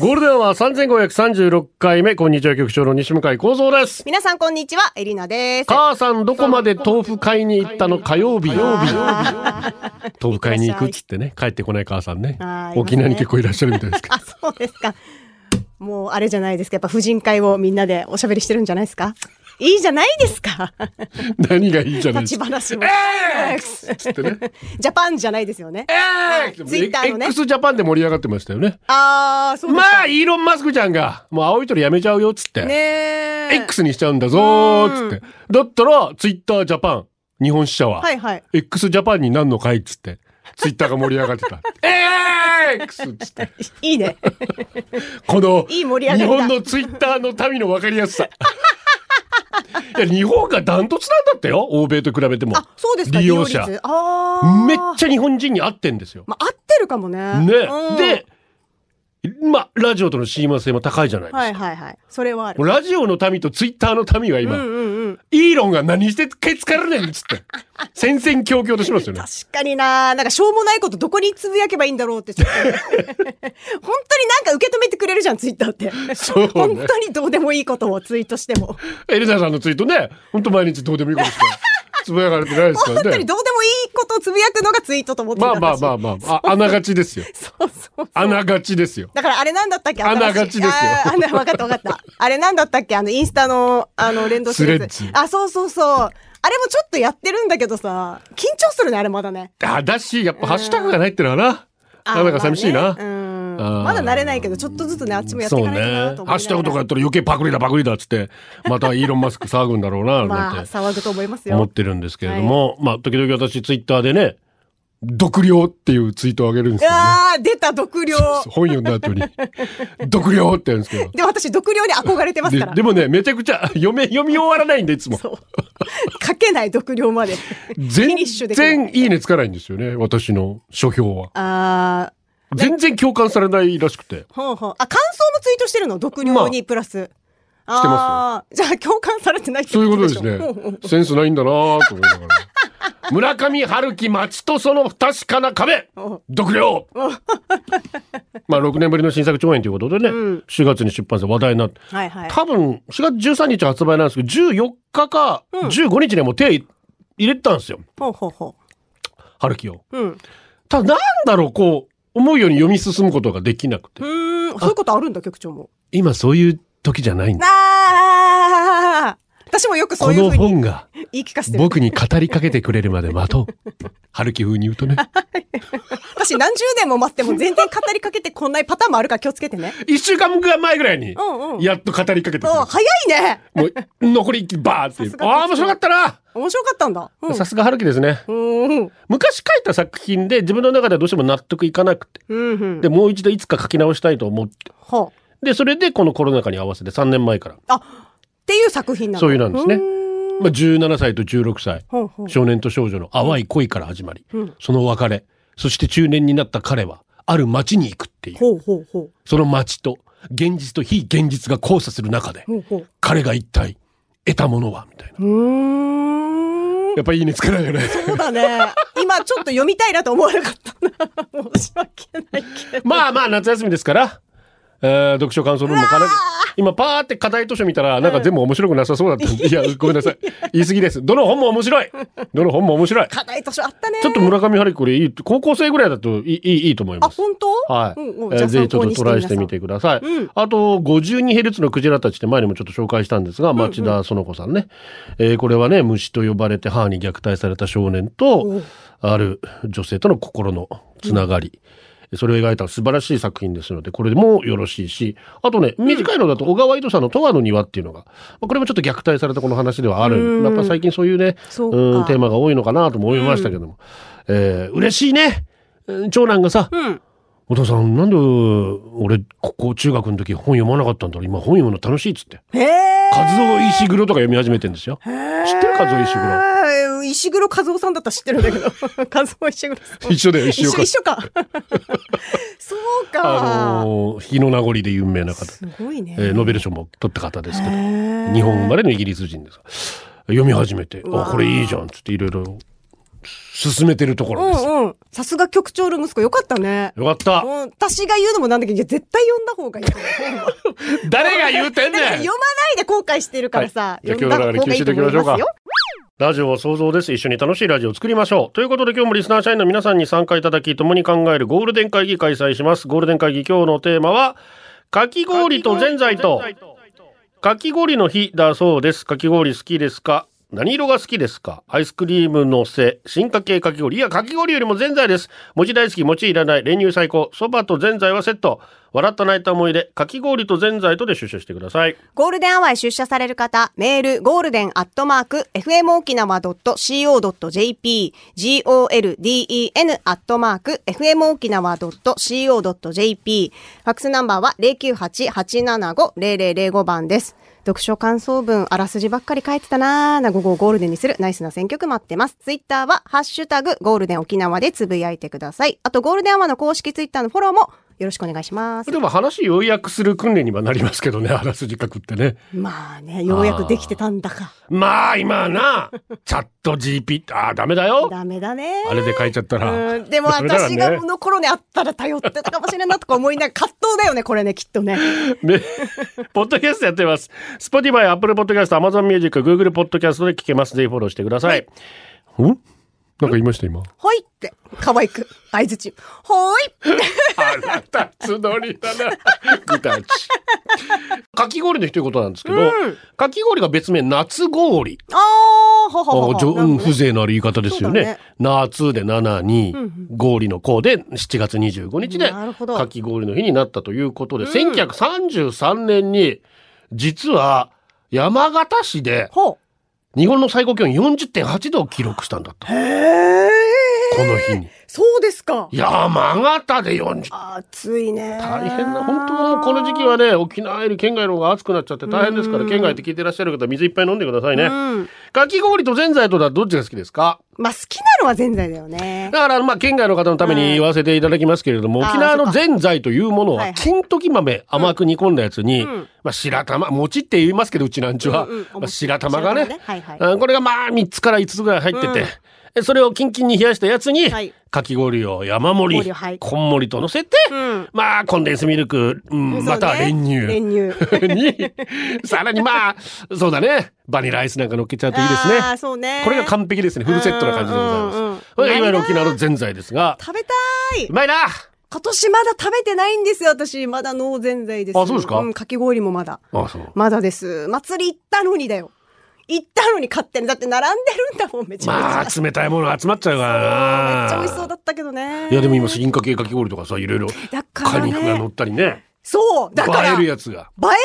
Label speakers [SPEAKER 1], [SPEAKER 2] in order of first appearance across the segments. [SPEAKER 1] ゴールデンは三千五百三十六回目、こんにちは局長の西向井光三です。
[SPEAKER 2] 皆さんこんにちはエリナです。
[SPEAKER 1] 母さんどこまで豆腐買いに行ったの火曜日 曜日豆腐買いに行くっつってね帰ってこない母さんね
[SPEAKER 2] あーいますね
[SPEAKER 1] 沖縄に結構いらっしゃるみたいですけど
[SPEAKER 2] あそうですか。もうあれじゃないですかやっぱ婦人会をみんなでおしゃべりしてるんじゃないですか。いいじゃないですか。
[SPEAKER 1] 何がいいじゃないです
[SPEAKER 2] 立ち
[SPEAKER 1] か
[SPEAKER 2] 話も。X
[SPEAKER 1] つってね
[SPEAKER 2] ジャパンじゃないですよね。
[SPEAKER 1] でも
[SPEAKER 2] Twitter のね
[SPEAKER 1] X ジャパンで盛り上がってましたよね
[SPEAKER 2] ああそうですか。
[SPEAKER 1] まあイーロン・マスクちゃんがもう青い鳥やめちゃうよっつって、
[SPEAKER 2] ねえ。
[SPEAKER 1] X にしちゃうんだぞーっつってだったらツイッタージャパン日本支社は、
[SPEAKER 2] はいはい。
[SPEAKER 1] X ジャパンになんのかいっつってツイッターが盛り上がって た X っつって
[SPEAKER 2] いいね。
[SPEAKER 1] この
[SPEAKER 2] いい盛り上がりだ
[SPEAKER 1] 日本のツイッターの民の分かりやすさ いや日本がダントツなんだってよ欧米と比べても
[SPEAKER 2] あそうですか。
[SPEAKER 1] 利用者
[SPEAKER 2] 率ああ。
[SPEAKER 1] めっちゃ日本人に合ってんですよ、
[SPEAKER 2] まあ合ってるかもね。
[SPEAKER 1] ね、
[SPEAKER 2] うん
[SPEAKER 1] でまあラジオとの親和性も高いじゃないですか、
[SPEAKER 2] はいはいはい。それはある
[SPEAKER 1] もう。ラジオの民とツイッターの民は
[SPEAKER 2] う
[SPEAKER 1] 今、
[SPEAKER 2] んうんうん。
[SPEAKER 1] イーロンが何してケツからねんっつって戦々恐々としますよね
[SPEAKER 2] 確かにななんかしょうもないことどこにつぶやけばいいんだ ろうってちょっと本当になんか受け止めてくれるじゃんツイッターって
[SPEAKER 1] そうね
[SPEAKER 2] 本当にどうでもいいことをツイートしても
[SPEAKER 1] エリザさんのツイートね本当毎日どうでもいいこと しかつぶやかれてないですか
[SPEAKER 2] 本
[SPEAKER 1] ら
[SPEAKER 2] 当に
[SPEAKER 1] ね
[SPEAKER 2] どうでもいいことをつぶやくのがツイートと思って
[SPEAKER 1] ま
[SPEAKER 2] た
[SPEAKER 1] あまあまあ
[SPEAKER 2] あ
[SPEAKER 1] まあ、あ、あながちですよ
[SPEAKER 2] そうそう
[SPEAKER 1] あながちですよ
[SPEAKER 2] だからあれなんだったっけ
[SPEAKER 1] あながちですよ
[SPEAKER 2] あな分かった分かったあれなんだったっけあのインスタのあの連動してるやつ
[SPEAKER 1] スレッズ
[SPEAKER 2] あそうそうそうあれもちょっとやってるんだけどさ緊張するねあれまだね
[SPEAKER 1] あだし、やっぱハッシュタグがないってのはな。な
[SPEAKER 2] あ
[SPEAKER 1] んだか寂しい
[SPEAKER 2] まあ
[SPEAKER 1] な
[SPEAKER 2] ね。うん
[SPEAKER 1] あー
[SPEAKER 2] まだ慣れないけどちょっとずつねあっちもやっていかないとなと思いながら
[SPEAKER 1] ハッシュタグとかやったら余計パクリだパクリだっつって、 またイーロン・マスク騒ぐんだろうな、
[SPEAKER 2] ま
[SPEAKER 1] な
[SPEAKER 2] あ
[SPEAKER 1] んて
[SPEAKER 2] 騒ぐと思います
[SPEAKER 1] 思っ
[SPEAKER 2] よ。
[SPEAKER 1] てるんですけれども、まあ、時々私ツイッターでね、毒量っていうツイートをあげるんですけどね、
[SPEAKER 2] ああ出た毒量。
[SPEAKER 1] 本読んだ 後に、毒量って言うんですけど。
[SPEAKER 2] で私毒量に憧れてます
[SPEAKER 1] で
[SPEAKER 2] から。
[SPEAKER 1] でもね、めちゃくちゃ読め、読み終わらないんで、いつも。
[SPEAKER 2] そう。書けない毒量まで。
[SPEAKER 1] 全
[SPEAKER 2] ニッシュできない
[SPEAKER 1] 然いいねつかないんですよね、私の書評は。
[SPEAKER 2] ああ
[SPEAKER 1] 全然共感されないらしく て。
[SPEAKER 2] ほうほう。あ感想もツイートしてるの毒量にプラス。あ
[SPEAKER 1] して
[SPEAKER 2] ーじゃあ共感されてないって
[SPEAKER 1] そういうことで
[SPEAKER 2] ょ
[SPEAKER 1] す
[SPEAKER 2] ほうほう
[SPEAKER 1] ね。 センスないんだなぁと思い ながら。村上春樹町とその不確かな壁
[SPEAKER 2] お
[SPEAKER 1] 独量 まあ6年ぶりの新作長編ということでね、
[SPEAKER 2] うん
[SPEAKER 1] 4月に出版され話題になって、
[SPEAKER 2] はいはい。
[SPEAKER 1] 多分4月13日発売なんですけど14日か15日にはもう手入れてたんですよ
[SPEAKER 2] ほうほうほ
[SPEAKER 1] 春樹を。
[SPEAKER 2] う。うん。う
[SPEAKER 1] ただなんだろうこう思うように読み進むことができなくて
[SPEAKER 2] ーん。そういうことあるんだ局長も。
[SPEAKER 1] 今そういう時じゃないんだ。
[SPEAKER 2] ああ私もよくそ
[SPEAKER 1] こ
[SPEAKER 2] ういう
[SPEAKER 1] の
[SPEAKER 2] ふうに
[SPEAKER 1] 本が
[SPEAKER 2] 言い聞かせてる。
[SPEAKER 1] 僕に語りかけてくれるまで待 とう。春樹風に言うとね。
[SPEAKER 2] 私何十年も待っても全然語りかけてこんないパターンもあるから気をつけてね。
[SPEAKER 1] 一週間前ぐらいに
[SPEAKER 2] うんうん
[SPEAKER 1] やっと語りかけてくれ
[SPEAKER 2] あ
[SPEAKER 1] た
[SPEAKER 2] 早いね
[SPEAKER 1] もう残り一バーっていう
[SPEAKER 2] さすが
[SPEAKER 1] ああ面白かったな
[SPEAKER 2] 面白かったんだ。うん
[SPEAKER 1] さすが春樹ですね
[SPEAKER 2] うん
[SPEAKER 1] 昔書いた作品で自分の中ではどうしても納得いかなくて
[SPEAKER 2] うんうん。
[SPEAKER 1] でもう一度いつか書き直したいと思って
[SPEAKER 2] は
[SPEAKER 1] でそれでこのコロナ禍に合わせて3年前から、
[SPEAKER 2] あ、あっていう作品なの
[SPEAKER 1] そういうなんですね
[SPEAKER 2] うーん
[SPEAKER 1] まあ、17歳と16歳
[SPEAKER 2] ほうほう
[SPEAKER 1] 少年と少女の淡い恋から始まり、
[SPEAKER 2] うん
[SPEAKER 1] その別れそして中年になった彼はある町に行くっていう
[SPEAKER 2] ほうほうほう
[SPEAKER 1] その町と現実と非現実が交差する中で
[SPEAKER 2] ほうほう。
[SPEAKER 1] 彼が一体得たものはみたいな
[SPEAKER 2] うーん。
[SPEAKER 1] やっぱいいねつかないよね
[SPEAKER 2] そうだね。今ちょっと読みたいなと思わなかった な。申し訳ないけど。
[SPEAKER 1] まあまあ夏休みですから、えー読書感想文もかなり今パーって課題図書見たらなんか全部面白くなさそうだったんで、いやごめんなさい言い過ぎですどの本も面白いどの本も面白い
[SPEAKER 2] 課題図書あったね。
[SPEAKER 1] ちょっと村上春樹これいい高校生ぐらいだといいいいいいと思い
[SPEAKER 2] あ、
[SPEAKER 1] ます
[SPEAKER 2] 本当
[SPEAKER 1] はい、
[SPEAKER 2] うんうん
[SPEAKER 1] えー
[SPEAKER 2] じゃあ
[SPEAKER 1] ぜひちょっとトライして
[SPEAKER 2] 参考
[SPEAKER 1] み
[SPEAKER 2] にして
[SPEAKER 1] てください、
[SPEAKER 2] うん
[SPEAKER 1] あと 52Hz のクジラたちって前にもちょっと紹介したんですが町田園子さんね、えーこれはね虫と呼ばれて母に虐待された少年
[SPEAKER 2] お
[SPEAKER 1] と
[SPEAKER 2] う
[SPEAKER 1] ある女性との心のつながり、それを描いた素晴らしい作品ですのでこれでもよろしいしあとね短いのだと小川糸さんの「十和の庭」っていうのがまあこれもちょっと虐待されたこの話ではある、
[SPEAKER 2] うん
[SPEAKER 1] やっぱ最近そういうね
[SPEAKER 2] そうか
[SPEAKER 1] んテーマが多いのかなとも思いましたけども、えー嬉しいねうん長男がさ、
[SPEAKER 2] うん。
[SPEAKER 1] 小田さん、なんで俺、ここ中学の時本読まなかったんだろう今本読むの楽しいっつって。
[SPEAKER 2] へえ。
[SPEAKER 1] カズオ石黒とか読み始めてんですよ。
[SPEAKER 2] へー
[SPEAKER 1] 知ってる数尾石黒
[SPEAKER 2] えー石黒和夫さんだったら知ってるんだけど。 和夫石黒さん。
[SPEAKER 1] 一緒だよ、
[SPEAKER 2] 一
[SPEAKER 1] 石
[SPEAKER 2] 緒
[SPEAKER 1] 岡
[SPEAKER 2] 一。緒か。 そう
[SPEAKER 1] あ
[SPEAKER 2] か。
[SPEAKER 1] のー、日の名残で有名な方。
[SPEAKER 2] すごいね。
[SPEAKER 1] えーノーベル賞も取った方ですけど、
[SPEAKER 2] へー
[SPEAKER 1] 日本生まれのイギリス人ですが読み始めて、
[SPEAKER 2] わ
[SPEAKER 1] あ、
[SPEAKER 2] ー
[SPEAKER 1] これいいじゃんっつっていろいろ進めてるところです。
[SPEAKER 2] うんうん。さすが局長の息子よかったね。
[SPEAKER 1] よかった
[SPEAKER 2] もう私が言うのもなんだけど、いや絶対読んだ方がいいと思う。
[SPEAKER 1] 誰が 言うてん
[SPEAKER 2] だから
[SPEAKER 1] ねん
[SPEAKER 2] 読まないで後悔してるから
[SPEAKER 1] は、
[SPEAKER 2] さ
[SPEAKER 1] いじゃあ
[SPEAKER 2] 読んだ方がいいと思い
[SPEAKER 1] 今日の流れ吸収していきましょう
[SPEAKER 2] ま
[SPEAKER 1] か
[SPEAKER 2] すよ。
[SPEAKER 1] ラジオは想像です。一緒に楽しいラジオを作りましょう。ということで今日もリスナー社員の皆さんに参加いただき、共に考えるゴールデン会議開催します。ゴールデン会議今日のテーマは、かき氷とぜんざいと、かき氷の日だそうです。かき氷好きですか何色が好きですかアイスクリームのせ、進化系かき氷。いや、かき氷よりもぜんざいです。餅大好き、餅いらない、練乳最高、そばとぜんざいはセット。笑った泣いた思い出、かき氷とぜんざいとで出社してください。
[SPEAKER 2] ゴールデンアワーへ出社される方、メール、ゴールデンアットマーク、fmokinawa.co.jp、golden アットマーク、fmokinawa.co.jp、ファックスナンバーは098-875-0005番です。読書感想文、あらすじばっかり書いてたなーな午後をゴールデンにするナイスな選曲待ってます。ツイッターは、ハッシュタグ、ゴールデン沖縄でつぶやいてください。あと、ゴールデンアワーの公式ツイッターのフォローもよろしくお願いします
[SPEAKER 1] で。も話要約する訓練にはなりますけどね、あらすじ書くってね。
[SPEAKER 2] まあね、ようやくできてたんだか。
[SPEAKER 1] まあ今は な、チャット GP、ああ、ダメだよ。
[SPEAKER 2] ダメだね。
[SPEAKER 1] あれで書いちゃったら。
[SPEAKER 2] うん、でも
[SPEAKER 1] ダメだから
[SPEAKER 2] 私
[SPEAKER 1] ね
[SPEAKER 2] がこの頃にあったら頼ってたかもしれんなとか思いながら葛藤だよね、これね、きっと ね。
[SPEAKER 1] ね、ポッドキャストやってます。Spotify、Apple Podcast、Amazon Music、Google Podcast で聞けます。ぜひフォローしてください。んなんか言いました、今。
[SPEAKER 2] ほいって、可愛く、合図中。ほい
[SPEAKER 1] あなた、つのりだ な。具体値。かき氷の日ということなんですけど、かき氷が別名、夏氷。
[SPEAKER 2] あー、ほほほほ。
[SPEAKER 1] あじょ
[SPEAKER 2] なるほど
[SPEAKER 1] うん
[SPEAKER 2] ね
[SPEAKER 1] 風情のある言い方ですよね。
[SPEAKER 2] そうだね
[SPEAKER 1] 夏で7に、氷の甲で7月25日で、
[SPEAKER 2] なるほど
[SPEAKER 1] かき氷の日になったということで、1933年に、実は山形市で
[SPEAKER 2] ほ
[SPEAKER 1] 日本の最高気温40.8度を記録したんだと。
[SPEAKER 2] う。へー。
[SPEAKER 1] この日に。
[SPEAKER 2] そうですか。
[SPEAKER 1] 山形で40
[SPEAKER 2] 暑いね。
[SPEAKER 1] 大変な、本当はもうこの時期はね、沖縄より県外の方が暑くなっちゃって大変ですから、県外って聞いてらっしゃる方、水いっぱい飲んでくださいね。
[SPEAKER 2] うん。
[SPEAKER 1] かき氷とぜんざいとだどっちが好きですか
[SPEAKER 2] まあ、好きなのはぜんざいだよね。
[SPEAKER 1] だから、まあ、県外の方のために言わせていただきますけれども、
[SPEAKER 2] うん
[SPEAKER 1] 沖縄
[SPEAKER 2] あ
[SPEAKER 1] の
[SPEAKER 2] ーそ
[SPEAKER 1] ぜんざいというもの
[SPEAKER 2] はい
[SPEAKER 1] は
[SPEAKER 2] は、い
[SPEAKER 1] 金時豆甘く煮込んだやつに、
[SPEAKER 2] うんうん
[SPEAKER 1] まあ、白玉、餅って言いますけど、うちなんちは、
[SPEAKER 2] うんうんお餅
[SPEAKER 1] まあ、白玉がね
[SPEAKER 2] 白玉ねはい
[SPEAKER 1] うんこれがまあ、3つから5つぐらい入ってて、でそれをキンキンに冷やしたやつに、
[SPEAKER 2] はい
[SPEAKER 1] かき氷を山盛り、
[SPEAKER 2] 氷をはい
[SPEAKER 1] こんもりと乗せて、
[SPEAKER 2] うん
[SPEAKER 1] まあ、コンデンスミルク、うん
[SPEAKER 2] そうね
[SPEAKER 1] または練乳。
[SPEAKER 2] 練乳。
[SPEAKER 1] に、さらにまあ、そうだね、バニラアイスなんか乗っけちゃうといいですね。
[SPEAKER 2] あーそうね。
[SPEAKER 1] これが完璧ですね。フルセットな感じでございます。
[SPEAKER 2] うんうんうん
[SPEAKER 1] これがいわゆる沖縄のぜんざいですが、
[SPEAKER 2] 食べたい。
[SPEAKER 1] うまいな
[SPEAKER 2] 今年まだ食べてないんですよ、私。まだ脳ぜんざいです。
[SPEAKER 1] あそうですか
[SPEAKER 2] ん、かき氷もまだ。
[SPEAKER 1] あそう。
[SPEAKER 2] まだです。祭り行ったのにだよ。行ったのに買ってる。だって並んでるんだもん、めち
[SPEAKER 1] ま
[SPEAKER 2] ゃ
[SPEAKER 1] あ、冷たいもの集まっちゃうか
[SPEAKER 2] めちゃ。
[SPEAKER 1] らな。
[SPEAKER 2] めっちゃ美味しそうだったけどね。
[SPEAKER 1] いや、でも今、進化系かき氷とかさ、いろいろ、
[SPEAKER 2] だか
[SPEAKER 1] 果
[SPEAKER 2] らね
[SPEAKER 1] 肉が乗ったりね。
[SPEAKER 2] そう、だから。
[SPEAKER 1] 映えるや
[SPEAKER 2] つ。
[SPEAKER 1] つが。
[SPEAKER 2] 映えるよね、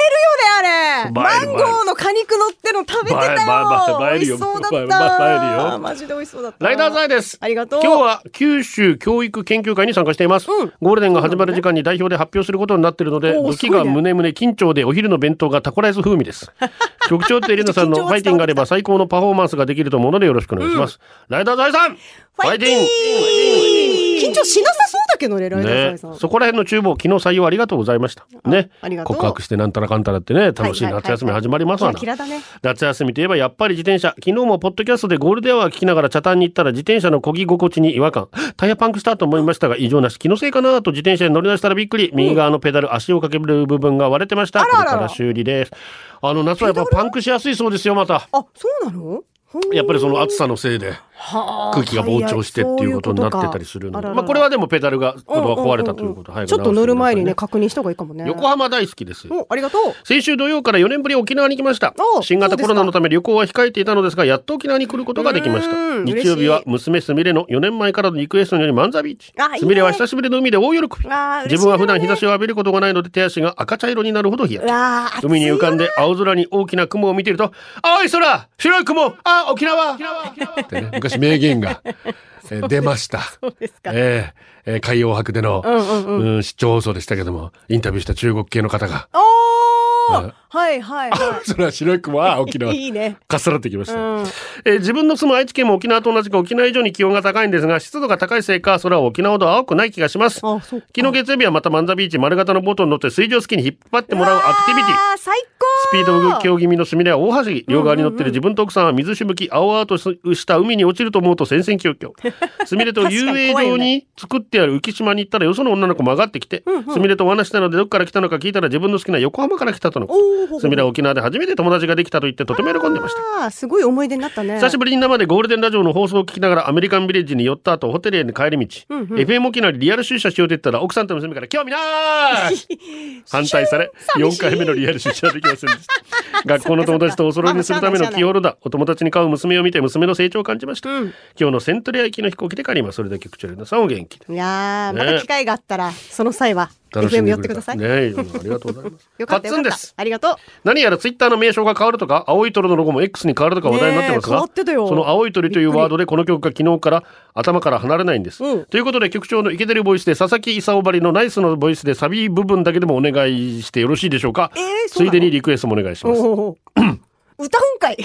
[SPEAKER 2] あれ。
[SPEAKER 1] 映える
[SPEAKER 2] マンゴーの果肉乗ってるの食べてたよ。
[SPEAKER 1] 映え映え映えるよ
[SPEAKER 2] 美味しそうだった。
[SPEAKER 1] 映える映えるよ
[SPEAKER 2] マジで美味しそうだった。
[SPEAKER 1] ライダー財です。
[SPEAKER 2] ありがとう
[SPEAKER 1] 今日は九州教育研究会に参加しています。
[SPEAKER 2] うん
[SPEAKER 1] ゴールデンが始まる時間に代表で発表することになっているので、
[SPEAKER 2] おー
[SPEAKER 1] 武器が
[SPEAKER 2] すごいね
[SPEAKER 1] 胸胸緊張でお昼の弁当がタコライス風味 です。局長とエレナさん
[SPEAKER 2] 緊張
[SPEAKER 1] の
[SPEAKER 2] は
[SPEAKER 1] ファイティングがあれば最高のパフォーマンスができると思うのでよろしくお願いします。ライダー財さんフ
[SPEAKER 2] ファイティング緊張しなさそうだけどね、ライダー
[SPEAKER 1] ね、
[SPEAKER 2] さん。
[SPEAKER 1] そこら辺の厨房昨日採用ありがとうございました。ね
[SPEAKER 2] ありがとう
[SPEAKER 1] 告白してなんたらかんたらってね楽しい
[SPEAKER 2] はいはいはい
[SPEAKER 1] 夏休み始まりますわな
[SPEAKER 2] キラキラだね
[SPEAKER 1] 夏休みといえばやっぱり自転車昨日もポッドキャストでゴールデンは聞きながら茶炭に行ったら自転車の漕ぎ心地に違和感タイヤパンクしたと思いましたが異常なし気のせいかなと自転車に乗り出したらびっくり右側のペダル足をかける部分が割れてました
[SPEAKER 2] あらあらあら
[SPEAKER 1] これから修理ですあの夏はやっぱパンクしやすいそうですよまた
[SPEAKER 2] あ、そうなのほー
[SPEAKER 1] やっぱりその暑さのせいで
[SPEAKER 2] はあ
[SPEAKER 1] 空気が膨張してっていうことになってたりするので、まあこれはでもペダルがこれは壊れたということ、
[SPEAKER 2] うんうんう
[SPEAKER 1] 早
[SPEAKER 2] ん
[SPEAKER 1] く
[SPEAKER 2] ちょっと乗る前に
[SPEAKER 1] 直して
[SPEAKER 2] ね
[SPEAKER 1] くださ
[SPEAKER 2] 確認した方がいいかもね
[SPEAKER 1] いね横浜大好きです。
[SPEAKER 2] おありがとう
[SPEAKER 1] 先週土曜から4年ぶり沖縄に来ました
[SPEAKER 2] お
[SPEAKER 1] 新型コロナのため旅行は控えていたのですがやっと沖縄に来ることができまし
[SPEAKER 2] う
[SPEAKER 1] た
[SPEAKER 2] ーん
[SPEAKER 1] 日曜日は娘すみれの4年前からのリクエストにより万座ビーチ
[SPEAKER 2] あいいね
[SPEAKER 1] すみれは久しぶりの海で大喜び
[SPEAKER 2] あー嬉しいね
[SPEAKER 1] 自分は普段日差しを浴びることがないので手足が赤茶色になるほど冷や
[SPEAKER 2] うわー
[SPEAKER 1] 海に浮かんで青空に大きな雲を見ていると「青い空白い雲あ沖縄!」ってね、昔名言 が、えー出ました。
[SPEAKER 2] そうですか。
[SPEAKER 1] えーえー海洋博での、
[SPEAKER 2] うんうんうん。
[SPEAKER 1] うん、視聴放送でしたけども、インタビューした中国系の方が、
[SPEAKER 2] お
[SPEAKER 1] うん
[SPEAKER 2] ーはいはいは
[SPEAKER 1] それは白い雲は沖縄
[SPEAKER 2] い。、いいね。
[SPEAKER 1] かっさらってきまし
[SPEAKER 2] う
[SPEAKER 1] た。
[SPEAKER 2] ん。
[SPEAKER 1] えー自分の住む愛知県も沖縄と同じく沖縄以上に気温が高いんですが、湿度が高いせいか、空は沖縄ほど青くない気がします。
[SPEAKER 2] あ、そう。
[SPEAKER 1] 昨日月曜日はまた万座ビーチ丸型のボートに乗って水上スキーに引っ張ってもらうアクティビティ。
[SPEAKER 2] ああ、最高
[SPEAKER 1] スピードを競技身のすみれは大はしぎ。両側に乗ってる自分と奥さんは水しぶき、青々とした海に落ちると思うと戦々恐々。 すみれと遊泳場に作ってある浮島に行ったらよその女の子も上がってきて、すみれとお話したのでどっから来たのか聞いたら自分の好きな横浜から来たとのこと。
[SPEAKER 2] おお。
[SPEAKER 1] すみれは沖縄で初めて友達ができたと言ってとても喜んでました。
[SPEAKER 2] ああ、すごい思い出になったね。
[SPEAKER 1] 久しぶりに生でゴールデンラジオの放送を聞きながらアメリカンビレッジに寄った後ホテルへの帰り道、
[SPEAKER 2] うんうん
[SPEAKER 1] FM 沖縄にリアル出社しようと言ったら奥さんと娘から興味ない 反対され4回目のリアル出社はできませんで した学校の友達とお揃いにするための
[SPEAKER 2] あまあしゃあない
[SPEAKER 1] 気をロだお友達に買う娘を見て娘の成長を感じました、
[SPEAKER 2] うん
[SPEAKER 1] 今日のセントレア行きの飛行機で帰りますそれだけ口を入れなさんお元気で
[SPEAKER 2] いやー、ま
[SPEAKER 1] ね
[SPEAKER 2] た機会があったら、その際は、
[SPEAKER 1] 楽しん
[SPEAKER 2] FM
[SPEAKER 1] で
[SPEAKER 2] 寄っ
[SPEAKER 1] く
[SPEAKER 2] て
[SPEAKER 1] れ
[SPEAKER 2] く
[SPEAKER 1] た
[SPEAKER 2] ださい。
[SPEAKER 1] ねえありがとうございます
[SPEAKER 2] よかった
[SPEAKER 1] ガッツ
[SPEAKER 2] よか
[SPEAKER 1] ン
[SPEAKER 2] っ
[SPEAKER 1] で
[SPEAKER 2] た
[SPEAKER 1] す。
[SPEAKER 2] ありがとう。
[SPEAKER 1] 何やらツイッターの名称が変わるとか、青い鳥のロゴも X に変わるとか話題になってます
[SPEAKER 2] ねえ変
[SPEAKER 1] が、
[SPEAKER 2] わってたよ
[SPEAKER 1] その青い鳥というワードでこの曲が昨日から頭から離れないんです。
[SPEAKER 2] うん
[SPEAKER 1] ということで局長のイケてるボイスで佐々木勲張りのナイスのボイスでサビ部分だけでもお願いしてよろしいでしょうか。
[SPEAKER 2] えーそ
[SPEAKER 1] つ
[SPEAKER 2] うなの
[SPEAKER 1] いでにリクエストもお願いします。
[SPEAKER 2] おー歌本会。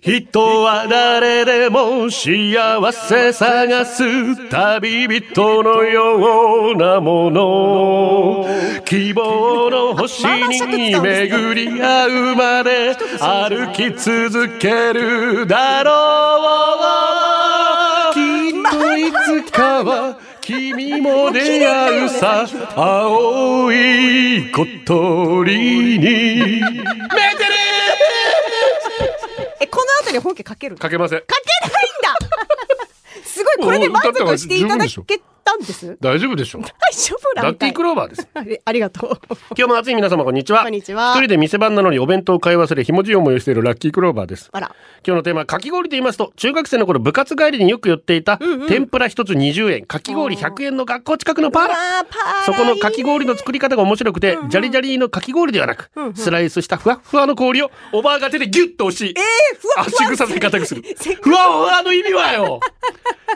[SPEAKER 1] 人は誰でも幸せ探す旅人のようなもの希望の星に巡り合うまで歩き続けるだろうきっといつかは君も出会うさ青い小鳥に
[SPEAKER 2] え、このあたり本家かけるの
[SPEAKER 1] かけません
[SPEAKER 2] かけないんだ すごい、これで満足していただけたんです
[SPEAKER 1] 大丈夫でしょう
[SPEAKER 2] 大丈夫
[SPEAKER 1] ダ
[SPEAKER 2] な
[SPEAKER 1] ッ
[SPEAKER 2] ん
[SPEAKER 1] テ
[SPEAKER 2] か
[SPEAKER 1] ィ
[SPEAKER 2] い
[SPEAKER 1] クローバーです
[SPEAKER 2] あありがとう。
[SPEAKER 1] 今日も暑い皆様こんにちは。
[SPEAKER 2] こんにちは
[SPEAKER 1] 一人で店番なのにお弁当を買い忘れ、ひもじい思いをしているラッキークローバーです。
[SPEAKER 2] あら。
[SPEAKER 1] 今日のテーマはかき氷と言いますと、中学生の頃部活帰りによく寄っていた、天ぷら一つ20円、かき氷100円の学校近くのパーラ
[SPEAKER 2] あーパーラ
[SPEAKER 1] そこのか
[SPEAKER 2] い
[SPEAKER 1] き
[SPEAKER 2] い
[SPEAKER 1] 氷の作り方が面白くて、ジャリジャリのかき氷ではなく、スライスしたふわっふわの氷をおばあが手でギュッと押し、
[SPEAKER 2] えーふわふわ
[SPEAKER 1] 足草で固くする
[SPEAKER 2] せ。
[SPEAKER 1] ふわふわの意味はよ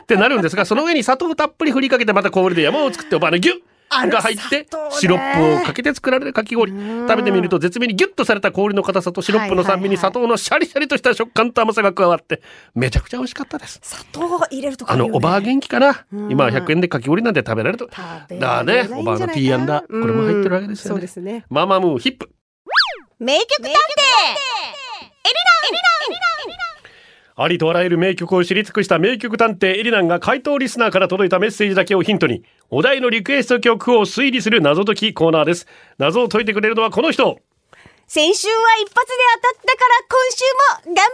[SPEAKER 1] ってなるんですが、その上に砂糖をたっぷり振りかけてまた氷で山を作っておばあのギュ
[SPEAKER 2] あ
[SPEAKER 1] ッ
[SPEAKER 2] る
[SPEAKER 1] が入って
[SPEAKER 2] 砂糖ね
[SPEAKER 1] シロップをかけて作られるかき氷食べてみると絶妙にギュッとされた氷の硬さとシロップの酸味に砂糖のシャリシャリとした食感と甘さが加わってめちゃくちゃ美味しかったです
[SPEAKER 2] 砂糖入れるとか
[SPEAKER 1] あ
[SPEAKER 2] いい
[SPEAKER 1] の
[SPEAKER 2] よね
[SPEAKER 1] おばあ元気かな今は100円でかき氷なんて食べられると
[SPEAKER 2] 食べ
[SPEAKER 1] だ
[SPEAKER 2] ら
[SPEAKER 1] ね
[SPEAKER 2] れない
[SPEAKER 1] お
[SPEAKER 2] んじ
[SPEAKER 1] ばあ
[SPEAKER 2] ゃないかな
[SPEAKER 1] のティーアンダーこれも入ってるわけですよ
[SPEAKER 2] そうで
[SPEAKER 1] ね
[SPEAKER 2] すね。
[SPEAKER 1] ママムーヒップ
[SPEAKER 2] 名曲探偵
[SPEAKER 1] ありとあらゆる名曲を知り尽くした名曲探偵エリナンが回答リスナーから届いたメッセージだけをヒントに、お題のリクエスト曲を推理する謎解きコーナーです。謎を解いてくれるのはこの人
[SPEAKER 2] 先週は一発で当たったから今週も頑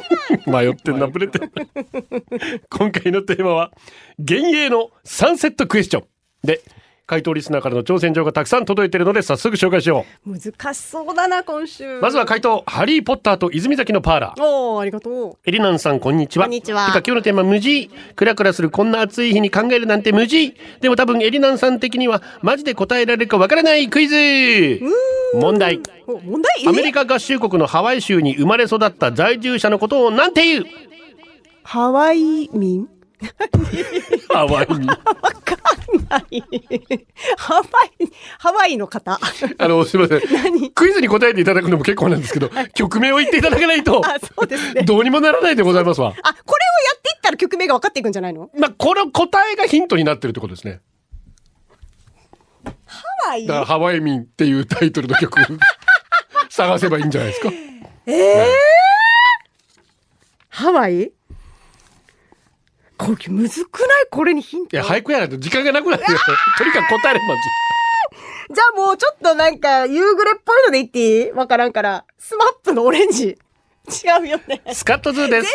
[SPEAKER 2] 張るぞ名曲探偵エリラン
[SPEAKER 1] 迷ってんな、ぶれてんな。今回のテーマは、幻影のサンセットクエスチョン。で、回答リスナーからの挑戦状がたくさん届いているので、早速紹介しよ
[SPEAKER 2] 難しそうだな今週
[SPEAKER 1] う。まずは回答、ハリーポッターと泉崎のパーラー。
[SPEAKER 2] おーありがと
[SPEAKER 1] エリナンさん、こんにちは。
[SPEAKER 2] こんにちは
[SPEAKER 1] てか、今日のテーマ、無事。クラクラするこんな暑い日に考えるなんて無事。でも多分、エリナンさん的には、マジで答えられるかわからないクイズ問題。
[SPEAKER 2] うお問題
[SPEAKER 1] アメリカ合衆国のハワイ州に生まれ育った在住者のことをなんて言う
[SPEAKER 2] ハワイ民
[SPEAKER 1] ハワイに。
[SPEAKER 2] わかんない。ハワイ、ハワイの 方。
[SPEAKER 1] あの、すいません。クイズに答えていただくのも結構なんですけど、曲名を言っていただかないと
[SPEAKER 2] あ、そうですね。
[SPEAKER 1] どうにもならないでございますわ。
[SPEAKER 2] あ、これをやっていったら曲名が分かっていくんじゃないの
[SPEAKER 1] まあ、この答えがヒントになってるってことですね。
[SPEAKER 2] ハワイ
[SPEAKER 1] だから、ハワイ民っていうタイトルの曲、 探せばいいんじゃないですか。
[SPEAKER 2] ハワイこれ、むずくないこれにヒン
[SPEAKER 1] い
[SPEAKER 2] ト。
[SPEAKER 1] や、早くやらないと時間がなくなってよ。とにかく答えれば いい。
[SPEAKER 2] じゃあもうちょっとなんか、夕暮れっぽいので言っていいわからんから。スマップのオレンジ。違うよね。
[SPEAKER 1] スカットズーです。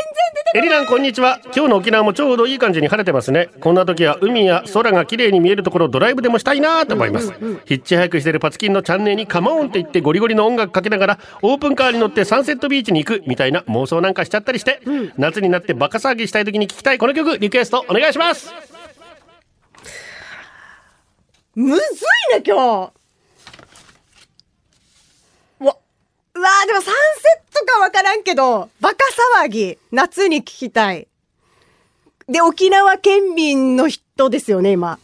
[SPEAKER 1] エリラン、こんにちは。今日の沖縄もちょうどいい感じに晴れてますね。こんな時は海や空が綺麗に見えるところをドライブでもしたいなと思います。ヒッチハイクしてるパツキンのチャンネルにカモーンって言ってゴリゴリの音楽かけながら、オープンカーに乗ってサンセットビーチに行くみたいな妄想なんかしちゃったりして、夏になってバカ騒ぎしたい時に聞きたいこの曲、リクエストお願いします。
[SPEAKER 2] むずいね、今日。うわ。うわーでもサンセットかわからんけど、バカ騒ぎ、夏に聞きたい。で、沖縄県民の人ですよね、今。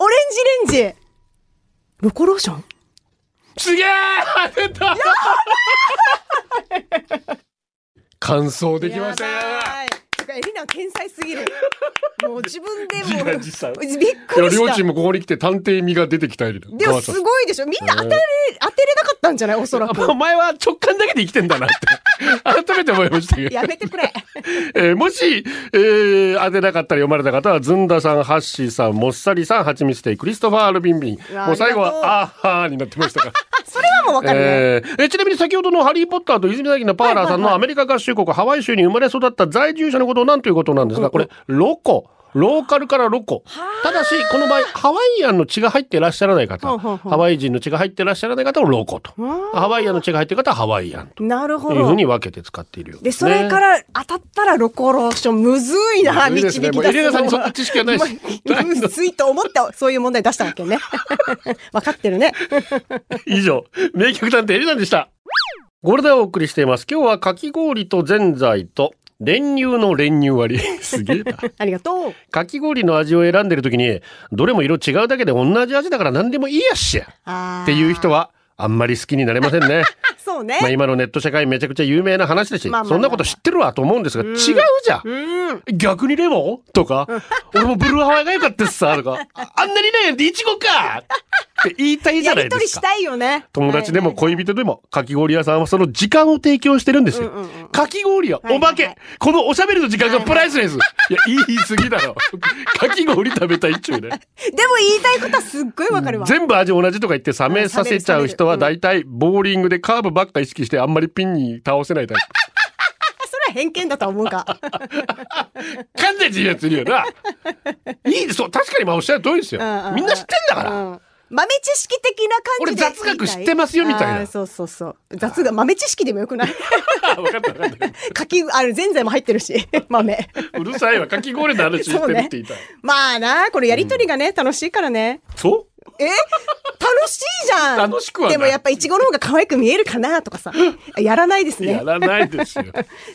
[SPEAKER 2] オレンジレンジ。ロコローション
[SPEAKER 1] すげえ出た 感想できましたよ
[SPEAKER 2] い。てかエリナは天才すぎる。もう自 分で
[SPEAKER 3] 自
[SPEAKER 2] も
[SPEAKER 3] 画自賛
[SPEAKER 2] びっ
[SPEAKER 1] い
[SPEAKER 2] く
[SPEAKER 1] や
[SPEAKER 2] りし
[SPEAKER 1] 両
[SPEAKER 2] た
[SPEAKER 1] チー。ムここに来て探偵味が出てきたよりだ
[SPEAKER 2] でもすごいでしょ。みんな当てれ、当てれなかったんじゃないおそら く。
[SPEAKER 1] お前は直感だけで生きてんだなって改めて思いま したけど
[SPEAKER 2] やめてくれ。
[SPEAKER 1] えーもし、えー当てなかったり読まれた方は、ズンダさん、ハッシーさん、モッサリさん、ハチミツテイ、クリストファー・ルビンビン。
[SPEAKER 2] うわ
[SPEAKER 1] もう最後
[SPEAKER 2] あり
[SPEAKER 1] は、あーはーになってましたから。
[SPEAKER 2] それはもうわかるね。
[SPEAKER 1] えーえーちなみに先ほどのハリー・ポッターと泉崎のパーラーさんのアメリカ合衆国ハワイ州に生まれ育った在住者のことを何ということなんですが、これ、ロコ。ローカルからロコ。ただし、この場合、ハワイアンの血が入っていらっしゃらない方、
[SPEAKER 2] ほうほうほう
[SPEAKER 1] ハワイ人の血が入っていらっしゃらない方をロコと。
[SPEAKER 2] ー
[SPEAKER 1] ハワイアンの血が入っている方はハワイアンと
[SPEAKER 2] なるほ
[SPEAKER 1] いうふう
[SPEAKER 2] ど。
[SPEAKER 1] に分けて使っているよう
[SPEAKER 2] で、
[SPEAKER 1] です
[SPEAKER 2] そ
[SPEAKER 1] ね。
[SPEAKER 2] れから当たったらロコローション、むずいな、
[SPEAKER 1] むずい
[SPEAKER 2] 導
[SPEAKER 1] ですねもう
[SPEAKER 2] き出すのは。
[SPEAKER 1] エリナさんにそんな知識はないです
[SPEAKER 2] まむずいと思って、そういう問題出したわけね。 わかってるね。
[SPEAKER 1] 以上、名曲探偵エリナでした。ゴールデンをお送りしています。今日はかき氷とぜんざいと練乳の練乳割り。 すげえな。
[SPEAKER 2] ありがとう。
[SPEAKER 1] かき氷の味を選んでる時に、どれも色違うだけで同じ味だから何でもいいやっしゃ
[SPEAKER 2] っ
[SPEAKER 1] っていう人
[SPEAKER 2] は。
[SPEAKER 1] は、あんまり好きになれません ね。
[SPEAKER 2] そう
[SPEAKER 1] まあ
[SPEAKER 2] ね。
[SPEAKER 1] 今のネット社会めちゃくちゃ有名な話だし、
[SPEAKER 2] まあまあまあ
[SPEAKER 1] そんなこと知ってるわと思うんですが、違うじゃん
[SPEAKER 2] うん。
[SPEAKER 1] 逆にレモンとか、俺もブルーハワイが良かったっすさ、とか、ああんなにないやんでイチゴかって言いたいじ
[SPEAKER 2] や
[SPEAKER 1] ゃな
[SPEAKER 2] り
[SPEAKER 1] いで
[SPEAKER 2] とり
[SPEAKER 1] す
[SPEAKER 2] し
[SPEAKER 1] か。
[SPEAKER 2] たいよね。
[SPEAKER 1] 友達でも
[SPEAKER 2] はいはい
[SPEAKER 1] 恋人でも、かき氷屋さんはその時間を提供してるんですよ。
[SPEAKER 2] うんうんうん
[SPEAKER 1] かき氷はおまけ、
[SPEAKER 2] はいはい
[SPEAKER 1] このおしゃべりの時間がプライスレス、いや、言い過ぎだろ。 かき氷食べたいっちゅうね。
[SPEAKER 2] でも言いたいことはすっごいわかるわ。
[SPEAKER 1] 全部味同じとか言って冷めさせちゃう人は
[SPEAKER 2] 冷め
[SPEAKER 1] 大体ボーリングでカーブばっか意識してあんまりピンに倒せ ないタイ
[SPEAKER 2] あそれは偏見だとは思う か。
[SPEAKER 1] プ。かんないやついるよな。いいです。そう、確かにまあおっしゃる通りですよ
[SPEAKER 2] うんう。ん
[SPEAKER 1] みんな知ってんだ から。
[SPEAKER 2] うん豆知識的な感じで言いたい。
[SPEAKER 1] 俺雑学知ってますよみたいな
[SPEAKER 2] あーそうそうそう。雑学、豆知識でもよくない
[SPEAKER 1] あ分かった分かっ
[SPEAKER 2] かき、あれ、ぜんざいも入ってるし、豆。
[SPEAKER 1] た。うるさいわ。かき氷の話してるって言いたい。
[SPEAKER 2] まあな、これやりとりがね、楽しいからね。
[SPEAKER 1] そう
[SPEAKER 2] え楽しいじゃん
[SPEAKER 1] 楽しくはない
[SPEAKER 2] でもやっぱイチゴの方が可愛く見えるかなと かさ。やらないですね
[SPEAKER 1] や。らないです よ。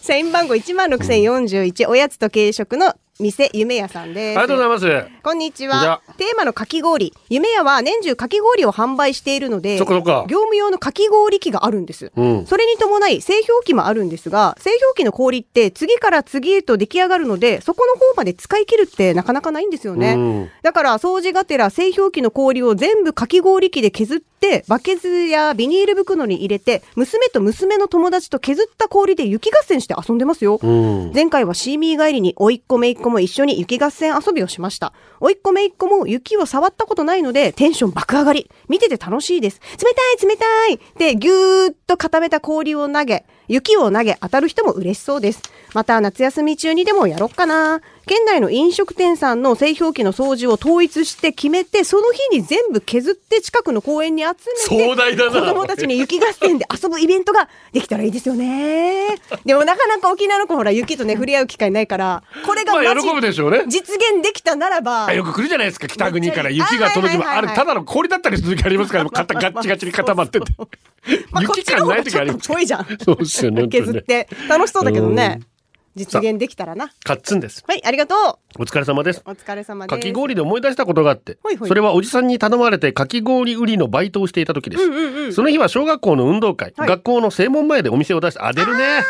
[SPEAKER 2] 社員番号16,041、おやつと軽食の店、夢屋さん
[SPEAKER 1] あ
[SPEAKER 2] で
[SPEAKER 1] り
[SPEAKER 2] す。
[SPEAKER 1] がとうございます。
[SPEAKER 2] こんにち
[SPEAKER 1] じゃあ
[SPEAKER 2] は。テーマのかき氷。夢屋は年中かき氷を販売しているので、
[SPEAKER 1] そっかそっか
[SPEAKER 2] 業務用のかき氷機があるんです。
[SPEAKER 1] うん
[SPEAKER 2] それに伴い製氷機もあるんですが、製氷機の氷って次から次へと出来上がるので、そこの方まで使い切るってなかなかないんですよね。
[SPEAKER 1] うん
[SPEAKER 2] だから掃除がてら製氷機の氷を全部かき氷機で削って、バケツやビニール袋に入れて、娘と娘の友達と削った氷で雪合戦して遊んでますよ。
[SPEAKER 1] うん。
[SPEAKER 2] 前回はシーミー帰りに、おいっ子めいっ子も一緒に雪合戦遊びをしました。おいっ子めいっ子も雪を触ったことないので、テンション爆上がり。見てて楽しいです。冷たい冷たいで、ぎゅーっと固めた氷を投げ、雪を投げ、当たる人も嬉しそうです。また、夏休み中にでもやろっかな。県内の飲食店さんの製氷機の掃除を統一して決めて、その日に全部削って近くの公園に集めて、
[SPEAKER 1] 壮大だな
[SPEAKER 2] 子供たちに雪合戦で遊ぶイベントができたらいいです よね。でもなかなか沖縄の子ほら雪とね触れ合う機会ないから、これが
[SPEAKER 1] まあ
[SPEAKER 2] マジ
[SPEAKER 1] 喜ぶでしょうね。
[SPEAKER 2] 実現できたならば
[SPEAKER 1] あ、よく来るじゃないですか北国から雪が届き
[SPEAKER 2] めっちゃいい
[SPEAKER 1] まあれ
[SPEAKER 2] はいはいはい
[SPEAKER 1] ただの氷だったりする時あります からもう肩ガッチガチに固まってて
[SPEAKER 2] まあ、こっ
[SPEAKER 1] 雪
[SPEAKER 2] ちの
[SPEAKER 1] 感
[SPEAKER 2] 方
[SPEAKER 1] な
[SPEAKER 2] が
[SPEAKER 1] い
[SPEAKER 2] ち
[SPEAKER 1] 時あ
[SPEAKER 2] ょっ
[SPEAKER 1] り
[SPEAKER 2] と
[SPEAKER 1] ます
[SPEAKER 2] 遠いじゃん。
[SPEAKER 1] そうですよね本当にね
[SPEAKER 2] 削って楽しそうだけどね
[SPEAKER 1] う。
[SPEAKER 2] 実現できたらな。
[SPEAKER 1] カッツンです
[SPEAKER 2] はい、ありがと
[SPEAKER 1] お疲れ様です
[SPEAKER 2] う。お疲れ様で
[SPEAKER 1] か
[SPEAKER 2] す。
[SPEAKER 1] き氷で思い出したことがあって
[SPEAKER 2] ほいほい
[SPEAKER 1] それはおじさんに頼まれてかき氷売りのバイトをしていた時です、その日は小学校の運動会、
[SPEAKER 2] はい
[SPEAKER 1] 学校の正門前でお店を出してあ出るね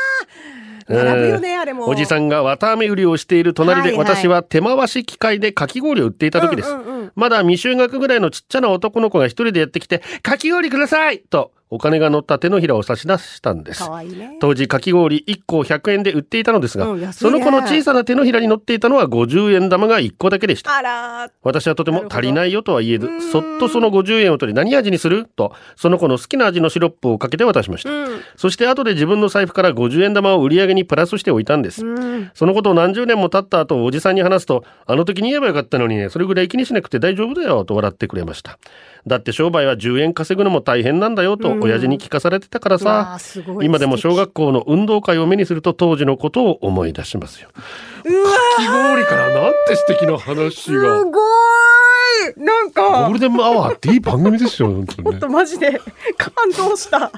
[SPEAKER 2] 並ぶよ
[SPEAKER 1] う
[SPEAKER 2] ね、あれも。
[SPEAKER 1] おじさんが綿あめ売りをしている隣で、
[SPEAKER 2] はいはい
[SPEAKER 1] 私は手回し機械でかき氷を売っていた時です、
[SPEAKER 2] うんうんうん
[SPEAKER 1] まだ未就学ぐらいのちっちゃな男の子が一人でやってきて「かき氷ください!」とお金が乗った手のひらを差し出したんです
[SPEAKER 2] かわいいね。
[SPEAKER 1] 当時かき氷1個100円で売っていたのですが、
[SPEAKER 2] うん安い
[SPEAKER 1] そ
[SPEAKER 2] ね
[SPEAKER 1] の子の小さな手のひらに乗っていたのは50円玉が1個だけでした
[SPEAKER 2] あらー。
[SPEAKER 1] 私はとても足りないよとは言え
[SPEAKER 2] なる
[SPEAKER 1] ず
[SPEAKER 2] ほど
[SPEAKER 1] そう
[SPEAKER 2] ーん
[SPEAKER 1] っとその50円を取り何味にするとその子の好きな味のシロップをかけて渡しました、
[SPEAKER 2] うん
[SPEAKER 1] そして後で自分の財布から50円玉を売り上げにプラスしておいたんです、
[SPEAKER 2] うん。
[SPEAKER 1] そのことを何十年も経った後おじさんに話すとあの時に言えばよかったのにねそれぐらい気にしなくて大丈夫だよと笑ってくれましただって商売は10円稼ぐのも大変なんだよと親父に聞かされてたから
[SPEAKER 2] うわ
[SPEAKER 1] さ
[SPEAKER 2] あすごい
[SPEAKER 1] 今でも小学校の運動会を目にすると当時のことを思い出しますよ
[SPEAKER 2] うわ
[SPEAKER 1] かき氷からなんて素敵な話
[SPEAKER 2] すごーいな
[SPEAKER 1] ゴ
[SPEAKER 2] ん
[SPEAKER 1] ー
[SPEAKER 2] か
[SPEAKER 1] ル、デンアワーっていい番組ですよ、本当に
[SPEAKER 2] ちょ
[SPEAKER 1] ね
[SPEAKER 2] っと。マジで感動した。す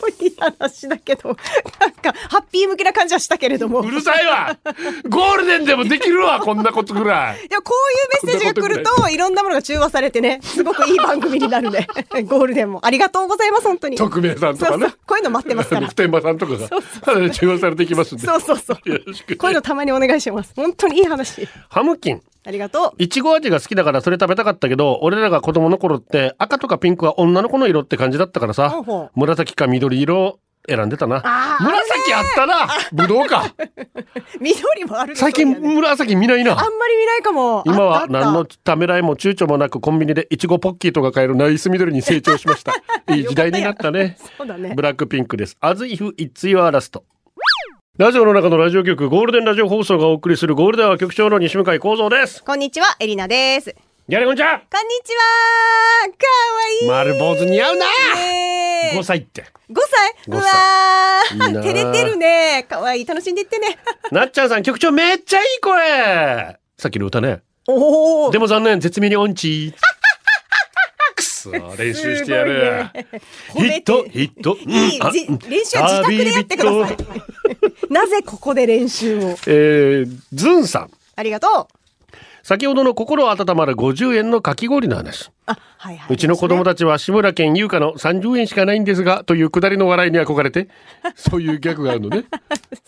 [SPEAKER 2] ごい話だけど、なんか、ハッピー向きな感じはしたけれども。
[SPEAKER 1] うるさいわゴールデンでもできるわ、こんなことぐらい。
[SPEAKER 2] でもこういうメッセージが来ると、いろんなものが中和されてね、すごくいい番組にな るね。ゴールデンも。ありがとうございます、本当に。
[SPEAKER 1] 匿名さんとかね
[SPEAKER 2] そうそうこういうの待ってますから
[SPEAKER 1] 普。天間さんとかが、 中和されてきますんで。
[SPEAKER 2] そうそうそう。
[SPEAKER 1] よろしくね
[SPEAKER 2] こういうのたまにお願いします。本当にいい話。
[SPEAKER 1] ハムキン。
[SPEAKER 2] ありがとう。
[SPEAKER 1] いちご味が好きだからそれ食べたかったけど、俺らが子供の頃って赤とかピンクは女の子の色って感じだったから
[SPEAKER 2] ほう
[SPEAKER 1] さ
[SPEAKER 2] ほ、
[SPEAKER 1] 紫か緑色を選んでたな。
[SPEAKER 2] あー
[SPEAKER 1] 紫あったなぶどうか
[SPEAKER 2] 緑もあるね
[SPEAKER 1] 最
[SPEAKER 2] そう
[SPEAKER 1] 近
[SPEAKER 2] だよね
[SPEAKER 1] 紫見ない
[SPEAKER 2] あ。
[SPEAKER 1] なん
[SPEAKER 2] まり見ないかも。
[SPEAKER 1] 今
[SPEAKER 2] あ
[SPEAKER 1] は
[SPEAKER 2] ったあった
[SPEAKER 1] 何のためらいも躊躇もなくコンビニでいちごポッキーとか買えるナイス緑に成長しま した。いい時代になったね。
[SPEAKER 2] そうだ ね
[SPEAKER 1] ブ。ラックピンクです。As if it's your last. ラジオの中のラジオ局、ゴールデンラジオ放送がお送りするゴールデンは局長の西向井幸三です。
[SPEAKER 2] こんにちは、エリナです。
[SPEAKER 1] ギャレゴンちゃん
[SPEAKER 2] こんにちはかわいい
[SPEAKER 1] 丸坊主似合うな
[SPEAKER 2] ねえ
[SPEAKER 1] !5 歳って。
[SPEAKER 2] 5歳
[SPEAKER 1] 5
[SPEAKER 2] うわー
[SPEAKER 1] いいなあ
[SPEAKER 2] 照れてるねかわいい楽しんでいってね
[SPEAKER 1] なっちゃんさん、局長めっちゃいい声さっきの歌ね。
[SPEAKER 2] おお
[SPEAKER 1] でも残念、絶妙に音痴。 くそ、練習してやる。
[SPEAKER 2] す
[SPEAKER 1] ヒ
[SPEAKER 2] ごいね
[SPEAKER 1] ット、ヒット、うん
[SPEAKER 2] いい
[SPEAKER 1] あ
[SPEAKER 2] じ
[SPEAKER 1] うん
[SPEAKER 2] 練習は自宅でやってくだ
[SPEAKER 1] ア
[SPEAKER 2] さ
[SPEAKER 1] ビビッ
[SPEAKER 2] い
[SPEAKER 1] ト
[SPEAKER 2] なぜここで練習を
[SPEAKER 1] えー、ズンさん。
[SPEAKER 2] ありがとう
[SPEAKER 1] 先ほどの心温まる50円のかき氷の話。
[SPEAKER 2] あはいはいう
[SPEAKER 1] ちの子供たちは志村けん優香の30円しかないんですが、というくだりの笑いに憧れて、そういうギャグがあるの ね。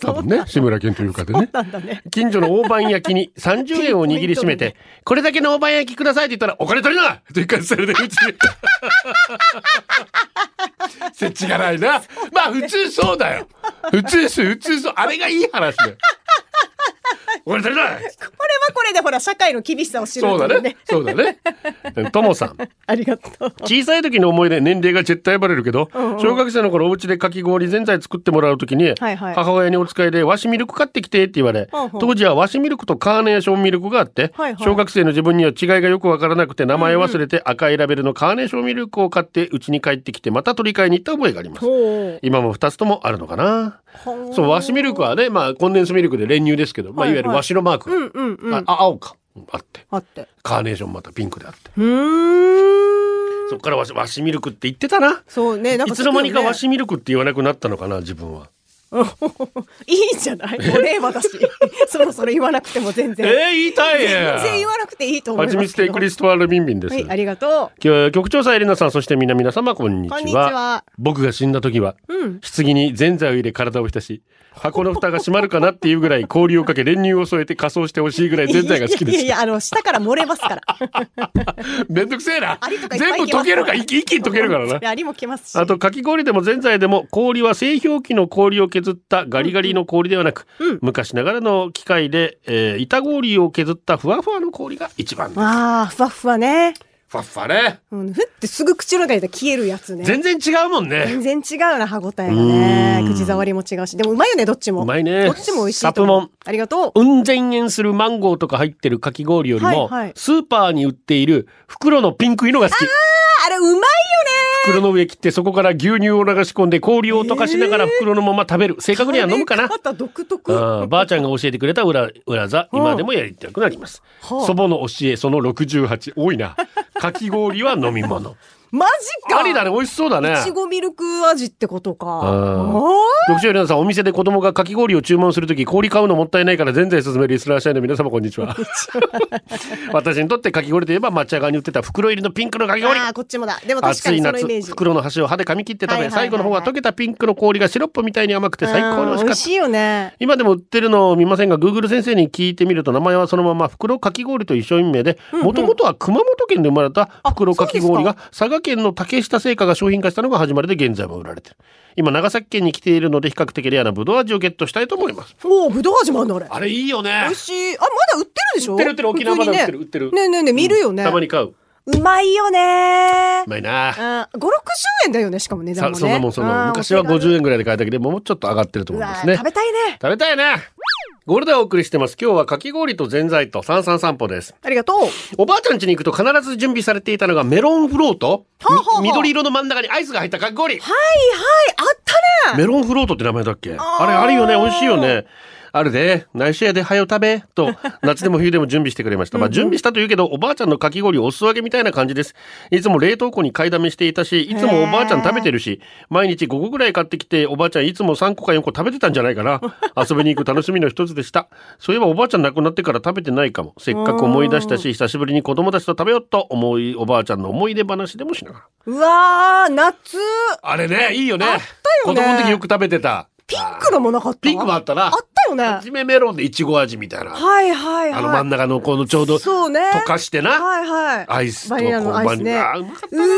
[SPEAKER 1] 多分ね、志村けんというかでね。
[SPEAKER 2] なんだね
[SPEAKER 1] 近所の大判焼きに30円を握りしめて、これだけの大判焼きくださいって言ったら、お金取りなという感じそれでうちに。せちがないな。まあ普通そうだよ。普通そう、普通そう。あれがいい話だよ。お金取りな
[SPEAKER 2] これはこれでほら社会の厳しさを知る
[SPEAKER 1] そ
[SPEAKER 2] ん
[SPEAKER 1] う
[SPEAKER 2] だ
[SPEAKER 1] だ
[SPEAKER 2] よ
[SPEAKER 1] ね
[SPEAKER 2] ね。
[SPEAKER 1] そうだね。ともさん。
[SPEAKER 2] ありがとう
[SPEAKER 1] 小さい時の思い出年齢が絶対バレるけど、小学生の頃お家でかき氷ぜんざい作ってもらう時に、
[SPEAKER 2] はいはい
[SPEAKER 1] 母親にお使いで和紙ミルク買ってきてって言われ、
[SPEAKER 2] ほうほう
[SPEAKER 1] 当時は和紙ミルクとカーネーションミルクがあって、
[SPEAKER 2] はいはい
[SPEAKER 1] 小学生の自分には違いがよくわからなくて名前忘れて赤いラベルのカーネーションミルクを買って家に帰ってきてまた取り替えに行った覚えがあります
[SPEAKER 2] ほう
[SPEAKER 1] 今も2つともあるのかな
[SPEAKER 2] ほう
[SPEAKER 1] そう和紙ミルクはね、まあ、コンデンスミルクで練乳ですけど、まあ、
[SPEAKER 2] はい
[SPEAKER 1] わ
[SPEAKER 2] いは
[SPEAKER 1] ゆ
[SPEAKER 2] い
[SPEAKER 1] る和紙のマークが、
[SPEAKER 2] うんうんうん
[SPEAKER 1] ああ青かあって
[SPEAKER 2] あって
[SPEAKER 1] カーネーションまたピンクであって
[SPEAKER 2] うーん
[SPEAKER 1] そっから和紙和紙ミルクって言ってたな
[SPEAKER 2] そうねなん
[SPEAKER 1] い
[SPEAKER 2] か
[SPEAKER 1] つの間にか和
[SPEAKER 2] し
[SPEAKER 1] 紙ミルクって言わなくなったのかな自分は。
[SPEAKER 2] い いじゃないお礼はだし そろそろ言わなくても全然、
[SPEAKER 1] 言いたい
[SPEAKER 2] 全然言わなくていいと思い
[SPEAKER 1] は
[SPEAKER 2] ま
[SPEAKER 1] ち
[SPEAKER 2] す
[SPEAKER 1] みつ
[SPEAKER 2] け
[SPEAKER 1] テイ
[SPEAKER 2] ど
[SPEAKER 1] クリストワールビンビンです。
[SPEAKER 2] はいありがとう
[SPEAKER 1] 今日局長さんエリナさんそして皆々様こんにちは
[SPEAKER 2] こんにちは
[SPEAKER 1] 僕が死んだ時は、棺にぜんざいを入れ体を浸し箱の蓋が閉まるかなっていうぐらい氷をかけ練乳を添えて仮装してほしいぐらいぜんざいが好きで
[SPEAKER 2] いやい
[SPEAKER 1] す
[SPEAKER 2] やいやあの下から漏れますから
[SPEAKER 1] めんどくせえな
[SPEAKER 2] アリとかいっぱ
[SPEAKER 1] 全
[SPEAKER 2] い
[SPEAKER 1] 部溶けるから一気一気に溶けるからな
[SPEAKER 2] でアリも来ますし
[SPEAKER 1] あとかき氷でもぜんざいでも氷は製氷機の氷を削ったガリガリの氷ではなく、昔ながらの機械で、えー板氷を削ったふわふわの氷が一番です
[SPEAKER 2] あーふわふわね、
[SPEAKER 1] ふわっふわね
[SPEAKER 2] うん、ふってすぐ口の中に入れたら消えるやつね
[SPEAKER 1] 全然違うもんね
[SPEAKER 2] 全然違うな歯ごたえがね口触りも違うしでもうまいよねどっちも
[SPEAKER 1] うまいね
[SPEAKER 2] どっちも美味しいと思う
[SPEAKER 1] サプモン
[SPEAKER 2] ありがとう
[SPEAKER 1] うん千円するマンゴーとか入ってるかき氷よりも、
[SPEAKER 2] はいはい
[SPEAKER 1] スーパーに売っている袋のピンクいのが好き
[SPEAKER 2] あれうまいよね
[SPEAKER 1] 袋の上切ってそこから牛乳を流し込んで氷を溶かしながら袋のまま食べる、正確には飲むかな
[SPEAKER 2] 食べ方独特
[SPEAKER 1] うんばあちゃんが教えてくれた裏裏座
[SPEAKER 2] うん
[SPEAKER 1] 今でもやりたくなります、
[SPEAKER 2] はあ
[SPEAKER 1] 祖母の教えその68多い なかき氷は飲み物
[SPEAKER 2] マジか
[SPEAKER 1] ありだね美味しそうだね
[SPEAKER 2] いちごミルク味ってことか
[SPEAKER 1] ん
[SPEAKER 2] おー
[SPEAKER 1] 読書よりなさんお店で子供がかき氷を注文するとき氷買うのもったいないから全然進めるリスナー社員の皆様こんにち は私にとってかき氷といえば抹茶側に売ってた袋入りのピンクのかき氷
[SPEAKER 2] あーこっちもだでも確
[SPEAKER 1] 暑
[SPEAKER 2] かに
[SPEAKER 1] い
[SPEAKER 2] そのイ
[SPEAKER 1] 夏
[SPEAKER 2] メージ
[SPEAKER 1] 袋の端を歯で噛み切って食
[SPEAKER 2] はい
[SPEAKER 1] べ
[SPEAKER 2] はいはいは
[SPEAKER 1] 最
[SPEAKER 2] い
[SPEAKER 1] 後の方は溶けたピンクの氷がシロップみたいに甘くて最高に美味しか
[SPEAKER 2] うん美
[SPEAKER 1] っ
[SPEAKER 2] 味
[SPEAKER 1] た
[SPEAKER 2] しいよね
[SPEAKER 1] 今でも売ってるのを見ませんが、Google 先生に聞いてみると、名前はそのまま袋かき氷と一緒一名で、もともとは熊本県で生まれた袋かき氷が、佐賀県の竹下製菓が商品化したのが始まりで現在も売られてる。今、長崎県に来ているので、比較的レアなブドウ味をゲットしたいと思います。
[SPEAKER 2] おおぶどう味もあるのあれ
[SPEAKER 1] あれいいよね
[SPEAKER 2] 美味しいあまだ売ってるでしょ
[SPEAKER 1] 売ってる売ってる沖縄まだ売ってる売
[SPEAKER 2] 普
[SPEAKER 1] っ
[SPEAKER 2] 通
[SPEAKER 1] て
[SPEAKER 2] に
[SPEAKER 1] る
[SPEAKER 2] ねねえねえねえ見るよね
[SPEAKER 1] たまに買う。う
[SPEAKER 2] うまいよね
[SPEAKER 1] まいな。
[SPEAKER 2] うん5,60円だよねしかも値段も
[SPEAKER 1] さそ
[SPEAKER 2] ね
[SPEAKER 1] んなもんそんなもん。昔は
[SPEAKER 2] 円
[SPEAKER 1] 50円ぐらいで買えたけど、もうちょっと上がってると思いますね
[SPEAKER 2] 食。べたいね
[SPEAKER 1] 食べたいね。ゴールデンをお送りしてます。今日はかき氷とぜんざいと三三散歩です。
[SPEAKER 2] ありがとう
[SPEAKER 1] おばあちゃん家に行くと必ず準備されていたのがメロンフロート、
[SPEAKER 2] ほうほうほう
[SPEAKER 1] み緑色の真ん中にアイスが入ったかき氷
[SPEAKER 2] はいはいあったね
[SPEAKER 1] メロンフロートって名前だっけあ
[SPEAKER 2] ー
[SPEAKER 1] れあるよね美味しいよねあるで、内緒やで、はよ食べ、 と、夏でも冬でも準備してくれました。まあ、準備したというけど、おばあちゃんのかき氷をお裾分けみたいな感じです。いつも冷凍庫に買いだめしていたし、いつもおばあちゃん食べてるし、毎日5個ぐらい買ってきて、おばあちゃんいつも3個か4個食べてたんじゃないか な。遊びに行く楽しみの一つでした。そういえばおばあちゃん亡くなってから食べてないかも。せっかく思い出したし、久しぶりに子供たちと食べようと思い、おばあちゃんの思い出話でもしながら。
[SPEAKER 2] うわー、夏
[SPEAKER 1] あれね、いいよね。
[SPEAKER 2] あったよね
[SPEAKER 1] 子供の時よく食べてた。
[SPEAKER 2] ピンクのもなかった
[SPEAKER 1] ピンクもあったな。
[SPEAKER 2] あったよね
[SPEAKER 1] はじめメロンでいちご味みたいな。
[SPEAKER 2] はいはいはい。
[SPEAKER 1] あの真ん中のこのちょうど溶
[SPEAKER 2] そうね。
[SPEAKER 1] かしてな。
[SPEAKER 2] はいはい。
[SPEAKER 1] アイスと
[SPEAKER 2] バニラのアイスね。
[SPEAKER 1] こうバ
[SPEAKER 2] う
[SPEAKER 1] ニ
[SPEAKER 2] わ
[SPEAKER 1] ラ
[SPEAKER 2] ー
[SPEAKER 1] うまかっ、た
[SPEAKER 2] ある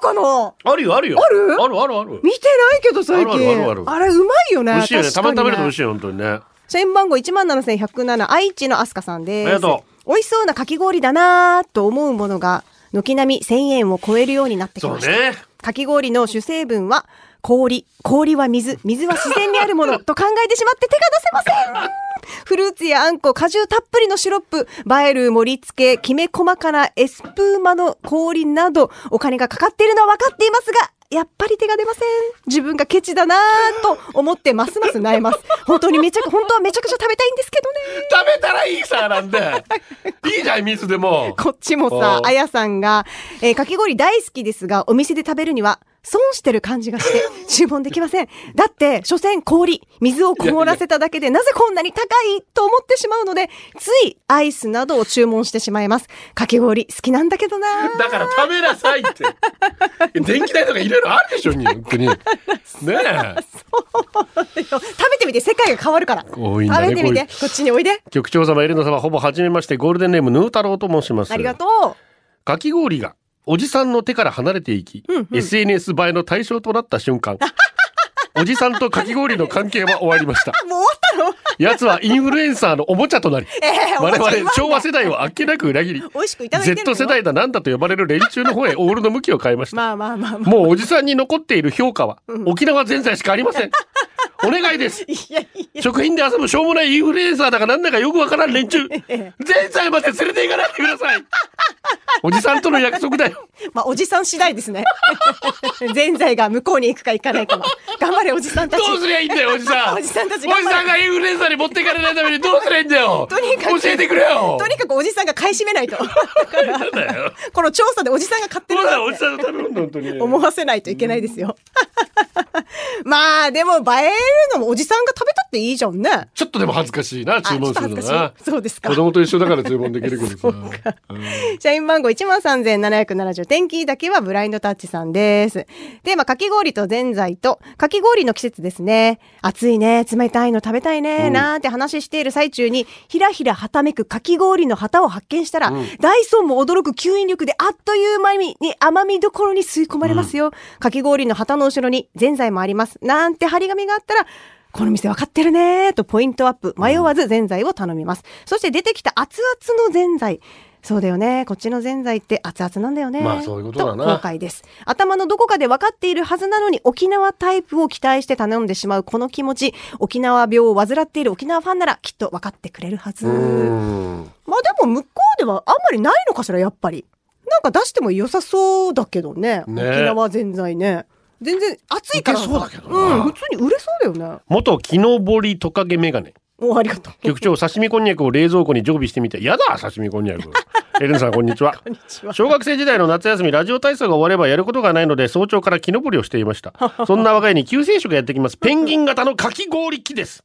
[SPEAKER 2] かな
[SPEAKER 1] あるよ、あるよ。
[SPEAKER 2] ある
[SPEAKER 1] あるあるある。
[SPEAKER 2] 見てないけど最近。
[SPEAKER 1] あるあるあるある
[SPEAKER 2] あれうまいよね。
[SPEAKER 1] 美味しいよね。た
[SPEAKER 2] 確か
[SPEAKER 1] まに食べ
[SPEAKER 2] に
[SPEAKER 1] ると美味しいよ、本当にね。
[SPEAKER 2] 社員番号17107愛知のアスカさんです。
[SPEAKER 1] ありがと
[SPEAKER 2] 美味しそうなかき氷だなーと思うものが、軒並み1000円を超えるようになってき
[SPEAKER 1] そう
[SPEAKER 2] ました。
[SPEAKER 1] ね。
[SPEAKER 2] かき氷の主成分は氷、氷は水、水は自然にあるものと考えてしまって手が出せませんフルーツやあんこ、果汁たっぷりのシロップ、映える盛り付け、きめ細かなエスプーマの氷など、お金がかかっているのは分かっていますが、やっぱり手が出ません。自分がケチだなぁと思ってますます萎えます。本当にめちゃく、本当はめちゃくちゃ食べたいんですけどね。
[SPEAKER 1] 食べたらいいさ、なんで。 いいじゃん、水で も。
[SPEAKER 2] こっちもさ
[SPEAKER 1] お、う
[SPEAKER 2] あやさんが、えーかき氷大好きですが、お店で食べるには、損してる感じ がして、注文できません。だって、所詮氷、水を凍らせただけで、なぜこんなに高いと思ってしまうので、ついアイスなどを注文してしまいます。かき氷、好きなんだけどな
[SPEAKER 1] だから食べなさいって。 電気代とかいろいろあるでしょ、本当に。ねえ。
[SPEAKER 2] 食べてみて、世界が変わるから。
[SPEAKER 1] 多いんだね
[SPEAKER 2] 食べてみて、
[SPEAKER 1] こ
[SPEAKER 2] こっちにおいで。
[SPEAKER 1] 局長様、エレナ様、ほぼ初めまして、ゴールデンネーム、ヌー太郎と申します。
[SPEAKER 2] ありがと
[SPEAKER 1] かき氷がおじさんの手から離れていき、SNS 映えの対象となった瞬 間おじさんとかき氷の関係は終わりました
[SPEAKER 2] う。もう終わっ
[SPEAKER 1] 奴はインフルエンサーのおもちゃとなり、
[SPEAKER 2] えーおも
[SPEAKER 1] 我
[SPEAKER 2] ちゃ
[SPEAKER 1] 々昭和世代をあっけなく裏切り
[SPEAKER 2] 美味しくいただいてんのよ
[SPEAKER 1] Z 世代だなんだと呼ばれる連中の方へオールの向きを変えました
[SPEAKER 2] たのまあまあまあまあ。
[SPEAKER 1] もうおじさんに残っている評価は沖縄全財しかありませ ん。お願いです。食品で遊ぶしょうもないインフルエンサーだかなんだかよくわからん連中。全財まで連れて行かないでください。おじさんとの約束だよ。
[SPEAKER 2] まあ、おじさん次第ですね。 ぜんざいが向こうに行くか行かないかは。頑張れ、おじさんたち。
[SPEAKER 1] どうすりゃいいんだよ、おじさん。
[SPEAKER 2] おじさんたち
[SPEAKER 1] お
[SPEAKER 2] 頑張
[SPEAKER 1] じ
[SPEAKER 2] れ
[SPEAKER 1] さんがインフルエンサーに持っていかれないためにどうすりゃいいんだよ。
[SPEAKER 2] とにかく
[SPEAKER 1] 教えてくれよ。
[SPEAKER 2] とにかくおじさんが買い占めないと。 だか
[SPEAKER 1] な
[SPEAKER 2] ら
[SPEAKER 1] んだよ。
[SPEAKER 2] この調査でおじさんが買ってる
[SPEAKER 1] そうだよ、お
[SPEAKER 2] っ
[SPEAKER 1] じ
[SPEAKER 2] て
[SPEAKER 1] さんの食べ物、本当に。
[SPEAKER 2] 思わせないといけないですよ。 まあ、でも映えるのもおじさんが食べたっていいじゃんね。
[SPEAKER 1] ちょっとでも恥ずかしいな、
[SPEAKER 2] あ
[SPEAKER 1] 注
[SPEAKER 2] ちょ
[SPEAKER 1] 文す
[SPEAKER 2] っと
[SPEAKER 1] る
[SPEAKER 2] 恥
[SPEAKER 1] の
[SPEAKER 2] ず
[SPEAKER 1] な
[SPEAKER 2] か。しい。そうですか
[SPEAKER 1] 子。供と一緒だから注文できるけどさ。
[SPEAKER 2] 社員番号13,770天気だけはブラインドタッチさんです。テーマ、かき氷とぜんざいと、かき氷の季節ですね。暑いね、冷たいの食べたいね、なんて話している最中に、ひらひらはためくかき氷の旗を発見したら、ダイソンも驚く吸引力であっという間に甘みどころに吸い込まれますよ。かき氷の旗の後ろにぜんざいもあります。なんて張り紙があったら、この店わかってるねーとポイントアップ。迷わずぜんざいを頼みます。そして出てきた熱々のぜんざい。そうだよね。こっちのぜんざいって熱々なんだよね。
[SPEAKER 1] まあそういうことだな
[SPEAKER 2] 後悔です。頭のどこかで分かっているはずなのに沖縄タイプを期待して頼んでしまうこの気持ち。沖縄病を患っている沖縄ファンならきっと分かってくれるはず。
[SPEAKER 1] う
[SPEAKER 2] ま
[SPEAKER 1] ん。
[SPEAKER 2] あでも向こうではあんまりないのかしら、やっぱり。なんか出しても良さそうだけどね。
[SPEAKER 1] ね
[SPEAKER 2] 沖縄ぜんざいね。全然暑いからさ
[SPEAKER 1] いけそうだけどな
[SPEAKER 2] うん、普通に売れそうだよね。
[SPEAKER 1] 元木のぼりトカゲメガネ。
[SPEAKER 2] おありがとう。
[SPEAKER 1] 局 長、刺身こんにゃくを冷蔵庫に常備してみて。やだ、刺身こんにゃく。エレンさん、こんにちは。
[SPEAKER 2] こんにち は。
[SPEAKER 1] 小学生時代の夏休み、ラジオ体操が終わればやることがないので、早朝から木登りをしていま した。そんな若いに救世主がやってきます。ペンギン型のかき氷機です。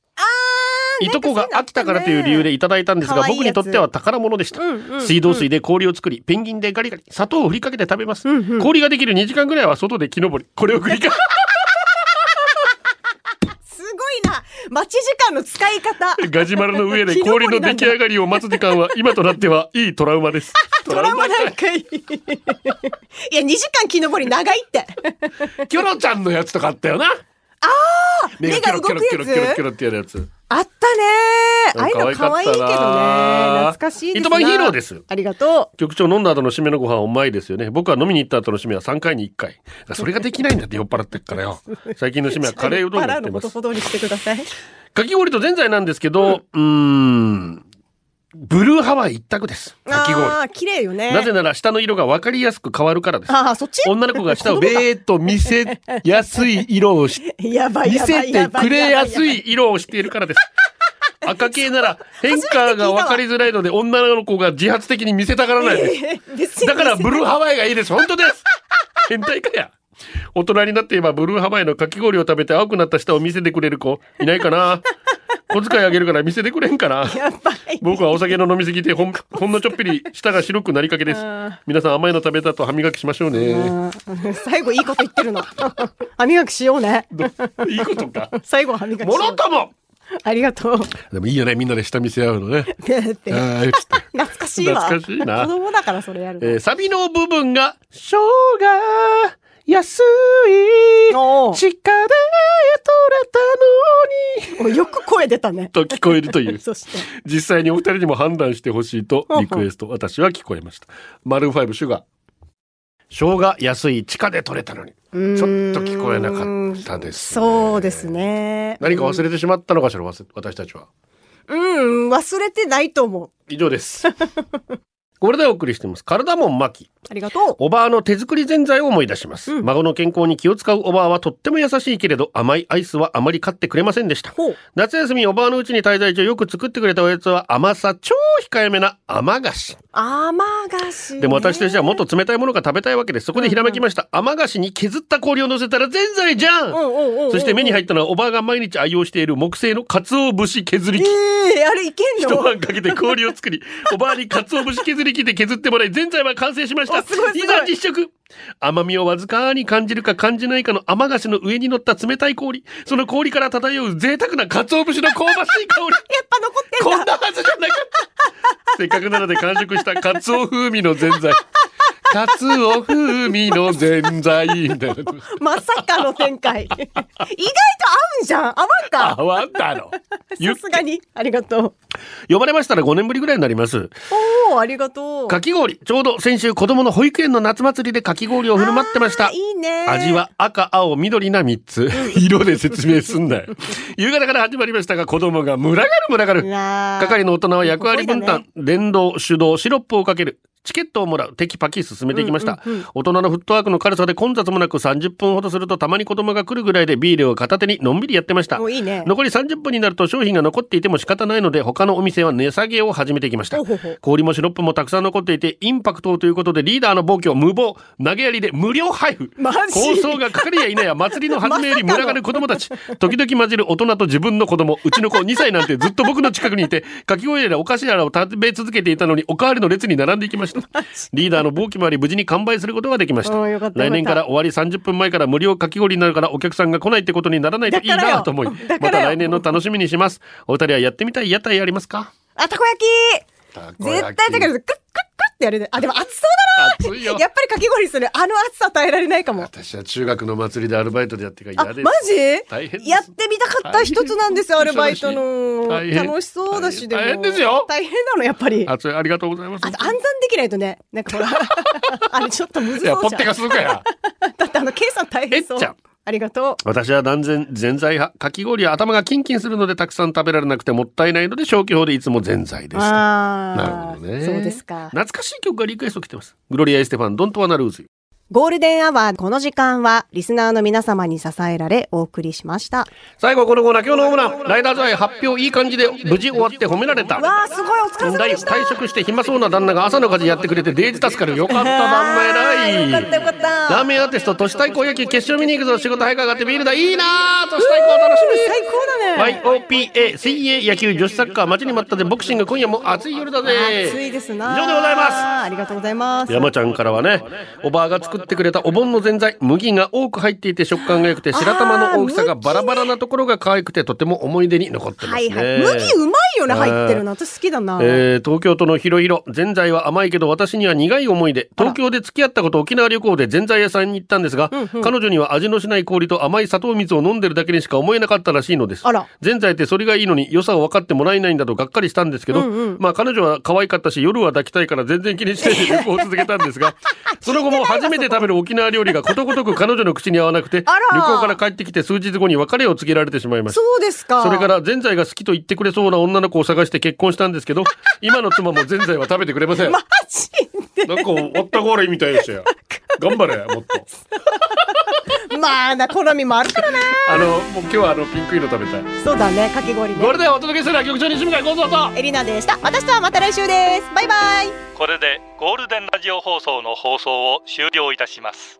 [SPEAKER 1] いとこがあったからという理由でいただいたんですが、
[SPEAKER 2] 可愛い
[SPEAKER 1] 僕に
[SPEAKER 2] やつ
[SPEAKER 1] とっては宝物でした、水道水で氷を作り、ペンギンでガリガリ、砂糖を振りかけて食べます。氷ができる2時間ぐらいは外で木登り。これを繰り返す。
[SPEAKER 2] すごいな待ち時間の使い方
[SPEAKER 1] ガジュマルの上 で氷の出来上がりを待つ時間は、今となってはい いトラウマ です。
[SPEAKER 2] ドラマなんかいいい や2時間木登り長いって
[SPEAKER 1] キョロちゃんのやつとかあったよな。ああ
[SPEAKER 2] 目が動くやつ
[SPEAKER 1] キョロキョロキョロキョロキョロってやるやつ。
[SPEAKER 2] あったねああいうの可愛いけ
[SPEAKER 1] 可愛
[SPEAKER 2] どね
[SPEAKER 1] かったな
[SPEAKER 2] 懐かしいですな
[SPEAKER 1] 糸満ヒーローです
[SPEAKER 2] ありがと
[SPEAKER 1] 局長飲んだ後の締めのご飯うまいですよね。僕は飲みに行った後の締めは3回に1回。それができないんだって酔っ払ってっから よ。最近の締
[SPEAKER 2] う
[SPEAKER 1] めはカレーうどんにな
[SPEAKER 2] バラ
[SPEAKER 1] って
[SPEAKER 2] の
[SPEAKER 1] ま
[SPEAKER 2] ほど
[SPEAKER 1] す。
[SPEAKER 2] ほどにしてください
[SPEAKER 1] かき氷とぜんざいなんですけど、うーん。ブルーハワイ一択です。かき氷。
[SPEAKER 2] ああ、綺麗よね。
[SPEAKER 1] なぜなら下の色が分かりやすく変わるからです。
[SPEAKER 2] ああ、そっち
[SPEAKER 1] 女の子が下をべーっと見せやすい色をし、
[SPEAKER 2] やばい
[SPEAKER 1] 見
[SPEAKER 2] やば
[SPEAKER 1] せ
[SPEAKER 2] いや
[SPEAKER 1] て
[SPEAKER 2] ばい。
[SPEAKER 1] くれや
[SPEAKER 2] ば
[SPEAKER 1] すい色をしているからです。赤系な ら変化が分かりづらいので女の子が自発的に見せたがらないです。
[SPEAKER 2] いや。別に
[SPEAKER 1] だ からブルーハワイがいいです。本当です。変態かや。大人になって今ブルーハワイのかき氷を食べて青くなった舌を見せてくれる子いないかな。小遣いあげるから見せてくれんかな。
[SPEAKER 2] やばい。
[SPEAKER 1] 僕はお酒の飲みすぎてほんほんのちょっぴり舌が白くなりかけです
[SPEAKER 2] あ
[SPEAKER 1] 皆さん甘いの食べた後歯磨きしましょうね
[SPEAKER 2] あー最後いいこと言ってるの。 歯磨きしようね。
[SPEAKER 1] いいことか
[SPEAKER 2] 最後は歯磨きし
[SPEAKER 1] も
[SPEAKER 2] よ
[SPEAKER 1] ろ
[SPEAKER 2] う。
[SPEAKER 1] とも
[SPEAKER 2] ありがとう。
[SPEAKER 1] でもいいよねみんなで舌見せ合うのね
[SPEAKER 2] だって
[SPEAKER 1] あーつって
[SPEAKER 2] 懐かしいわ。
[SPEAKER 1] 懐かしいな
[SPEAKER 2] 子供だからそれやるの。
[SPEAKER 1] えーサビの部分が「生姜安い
[SPEAKER 2] おー
[SPEAKER 1] 地下で取れたのに
[SPEAKER 2] およく声出たね」。
[SPEAKER 1] と聞こえると いう
[SPEAKER 2] そして。
[SPEAKER 1] 実際にお二人にも判断してほしいとリクエスト私は聞こえましたマルーンファイブシュガー生姜安い地下で取れたのに
[SPEAKER 2] うーん
[SPEAKER 1] ちょっと聞こえなかったですね
[SPEAKER 2] そうですね。
[SPEAKER 1] 何か忘れてしまったのかしらわす私たちは
[SPEAKER 2] うん、忘れてないと思う。
[SPEAKER 1] 以上です これでお送りしてますカルダモンマキ
[SPEAKER 2] ありがと
[SPEAKER 1] おばあの手作りぜんざいを思い出します、
[SPEAKER 2] うん
[SPEAKER 1] 孫の健康に気を使うおばあはとっても優しいけれど甘いアイスはあまり買ってくれませんでした
[SPEAKER 2] う。ほう。
[SPEAKER 1] 夏休みおばあの家に滞在中よく作ってくれたおやつは甘さ超控えめな甘菓子
[SPEAKER 2] 甘菓子、ね。
[SPEAKER 1] でも私としてはもっと冷たいものが食べたいわけですそこでひらめきました、甘菓子に削った氷を乗せたらぜんざいじゃん、
[SPEAKER 2] うんうんうんうん、
[SPEAKER 1] そして目に入
[SPEAKER 2] っ
[SPEAKER 1] ったのはおばあが毎日愛用している木製の鰹節削り器
[SPEAKER 2] ええあれいけん
[SPEAKER 1] 一
[SPEAKER 2] の
[SPEAKER 1] 晩かけて氷を作り、 おばあに鰹節削り器で削ってもらい、ぜんざいは完成しました。
[SPEAKER 2] おすごいすごい
[SPEAKER 1] ざ実食甘みをわずかに感じるか感じないかの甘菓子の上に乗った冷たい氷、その氷から漂う贅沢な鰹節の香ばしい香り。
[SPEAKER 2] やっぱ残ってん
[SPEAKER 1] こ
[SPEAKER 2] だ。
[SPEAKER 1] んなはずじゃなかった。せっかくなので完食した鰹風味のぜんざい。鰹風味のぜんざいみたいな。
[SPEAKER 2] まさかの展開。 意外と合うんじゃん。合わん
[SPEAKER 1] あ
[SPEAKER 2] か。
[SPEAKER 1] わんだろ。言っ
[SPEAKER 2] さすがに。ありがとう。
[SPEAKER 1] 呼ばれましたら5年ぶりぐらいになります。
[SPEAKER 2] おお、ありがとう。
[SPEAKER 1] かき氷ちょうど先週子供の保育園の夏祭りでかき氷を振る舞ってました
[SPEAKER 2] あーいいね。
[SPEAKER 1] 味。は赤青緑な3つ色で説明すんだよ夕方から始まりましたが子供が群がる群が
[SPEAKER 2] う
[SPEAKER 1] る
[SPEAKER 2] わー
[SPEAKER 1] 係の大人は役割分
[SPEAKER 2] すごい
[SPEAKER 1] 担、連動手動シロップをかけるチケットをもらうテキパキ進めていきました、
[SPEAKER 2] うんうんうん
[SPEAKER 1] 大人のフットワークの軽さで混雑もなく30分ほどするとたまに子供が来るぐらいでビールを片手にのんびりやってました
[SPEAKER 2] もういいね。
[SPEAKER 1] 残り30分になると商品が残っていても仕方ないので他のお店は値下げを始めてきました
[SPEAKER 2] ほうほうほう
[SPEAKER 1] 氷もシロップもたくさん残っていてインパクトをということでリーダーの暴挙無謀投げやりで無料配布
[SPEAKER 2] マジ
[SPEAKER 1] 構想がかかりやいなや祭りの始めより群がる子供たち時々混じる大人と自分の子供うちの子2歳なんてずっと僕の近くにいてかき氷やらお菓子やらを食べ続けていたのにおかわりの列に並んでいきましたリーダーの暴挙もあり無事に完売することができました
[SPEAKER 2] おーよかったよかった
[SPEAKER 1] 来年から終わり30分前から無料かき氷になるからお客さんが来ないってことにならないといい
[SPEAKER 2] だから
[SPEAKER 1] な
[SPEAKER 2] よ
[SPEAKER 1] と思い
[SPEAKER 2] だ
[SPEAKER 1] ま
[SPEAKER 2] からよ
[SPEAKER 1] た来年の楽しみにしますお二人はやってみたい屋台ありますか
[SPEAKER 2] あ、たこ焼き絶対だけど、クックックッってやるね。あ、でも暑そうだ
[SPEAKER 1] 暑
[SPEAKER 2] ない
[SPEAKER 1] よ
[SPEAKER 2] やっぱりかき氷する。あの暑さ耐えられないかも。
[SPEAKER 1] 私は中学の祭りでアルバイトでやってから
[SPEAKER 2] あ、
[SPEAKER 1] 嫌
[SPEAKER 2] マ
[SPEAKER 1] で
[SPEAKER 2] ジ
[SPEAKER 1] す大変です
[SPEAKER 2] やってみたかった一つなんですよ、
[SPEAKER 1] 大
[SPEAKER 2] アル
[SPEAKER 1] 変
[SPEAKER 2] バイトの。
[SPEAKER 1] 大変
[SPEAKER 2] 楽しそうだし、でも。
[SPEAKER 1] 大変ですよ
[SPEAKER 2] 大変なの、やっぱり。あ
[SPEAKER 1] あそれありがとうございます
[SPEAKER 2] と、暗算できないとね、な んかほら、あれちょっとむず
[SPEAKER 1] いや
[SPEAKER 2] そ
[SPEAKER 1] ポ
[SPEAKER 2] うじ
[SPEAKER 1] ッテ
[SPEAKER 2] ゃ
[SPEAKER 1] カ
[SPEAKER 2] ん。
[SPEAKER 1] するかや
[SPEAKER 2] だってあの、計算大変そ
[SPEAKER 1] え
[SPEAKER 2] う
[SPEAKER 1] っちゃん。
[SPEAKER 2] ありがと
[SPEAKER 1] 私は断然全財派かき氷は頭がキンキンするのでたくさん食べられなくてもったいないので消去法でいつも全財
[SPEAKER 2] う。
[SPEAKER 1] ですな
[SPEAKER 2] あ
[SPEAKER 1] る
[SPEAKER 2] あ
[SPEAKER 1] ほどね
[SPEAKER 2] そうですか。
[SPEAKER 1] 懐かしい曲がリクエスト来てますグロリア・エステファン「ドントワナルーズ
[SPEAKER 2] ゴールデンアワー、この時間は、リスナーの皆様に支えられ、お送りしました。
[SPEAKER 1] 最後はこのコーナー今日のホームランライダーズ愛発表いい感じで無事終わって褒められた
[SPEAKER 2] わあ、すごい、お疲れ様
[SPEAKER 1] 第
[SPEAKER 2] でした。
[SPEAKER 1] 退職して暇そうな旦那が朝の家事やってくれてデイジ助かるよかった旦那偉い
[SPEAKER 2] あーよかったよかった
[SPEAKER 1] ラーメンアーティスト都市対抗野球決勝見に行くぞ仕事早く上がってビールだいいなあ都市対抗楽し
[SPEAKER 2] 最高だね。
[SPEAKER 1] み YOPA 水泳野球女子サッカー待ちに待ったでボクシング今夜も暑い夜だぜ
[SPEAKER 2] 暑いですな。
[SPEAKER 1] 以上でございます
[SPEAKER 2] ありがとうございます。
[SPEAKER 1] 山ちゃんからはねおばあが作ってくれたお盆のぜんざい麦が多く入っていて食感が良くて白玉の大きさがバラバラなところが可愛くてとても思い出に残ってます
[SPEAKER 2] は
[SPEAKER 1] ね
[SPEAKER 2] いはい。麦うまいよね、
[SPEAKER 1] ね
[SPEAKER 2] 入ってるの。私好きだな。
[SPEAKER 1] えー東京都のひろひろ、ぜんざいは甘いけど私には苦い思いで、東京で付き合ったこと沖縄旅行でぜんざい屋さんに行ったんですが、彼女には味のしない氷と甘い砂糖水を飲んでるだけにしか思えなかったらしいのです
[SPEAKER 2] あら。
[SPEAKER 1] ぜんざいってそれがいいのに良さを分かってもらえないんだとがっかりしたんですけど、まあ彼女は可愛かったし夜は抱きたいから全然気にしないで旅行を続けたんですが、その後も初めて食べる沖縄料理がことごとく彼女の口に合わなくて、旅
[SPEAKER 2] あら
[SPEAKER 1] 行から帰ってきて数日後に別れを告げられてしまいました
[SPEAKER 2] そうですか。
[SPEAKER 1] それから、ぜんざいが好きと言ってくれそうな女の子を探して結婚したんですけど、今の妻もぜんざいは食べてくれません。
[SPEAKER 2] マ
[SPEAKER 1] なん
[SPEAKER 2] ジ
[SPEAKER 1] か、おったこわれみたいでしたよ。頑張れ、もっと。
[SPEAKER 2] でまあな、好みもあるからな。
[SPEAKER 1] あの、もう今日はあの、ピンク色食べたい。
[SPEAKER 2] そうだね、かき氷
[SPEAKER 1] こ
[SPEAKER 2] ね。
[SPEAKER 1] れでお届けするのは局長西村幸三と
[SPEAKER 2] エリナでした。私とはまた来週です。バイバイ。
[SPEAKER 3] これでゴールデンラジオ放送の放送を終了いたします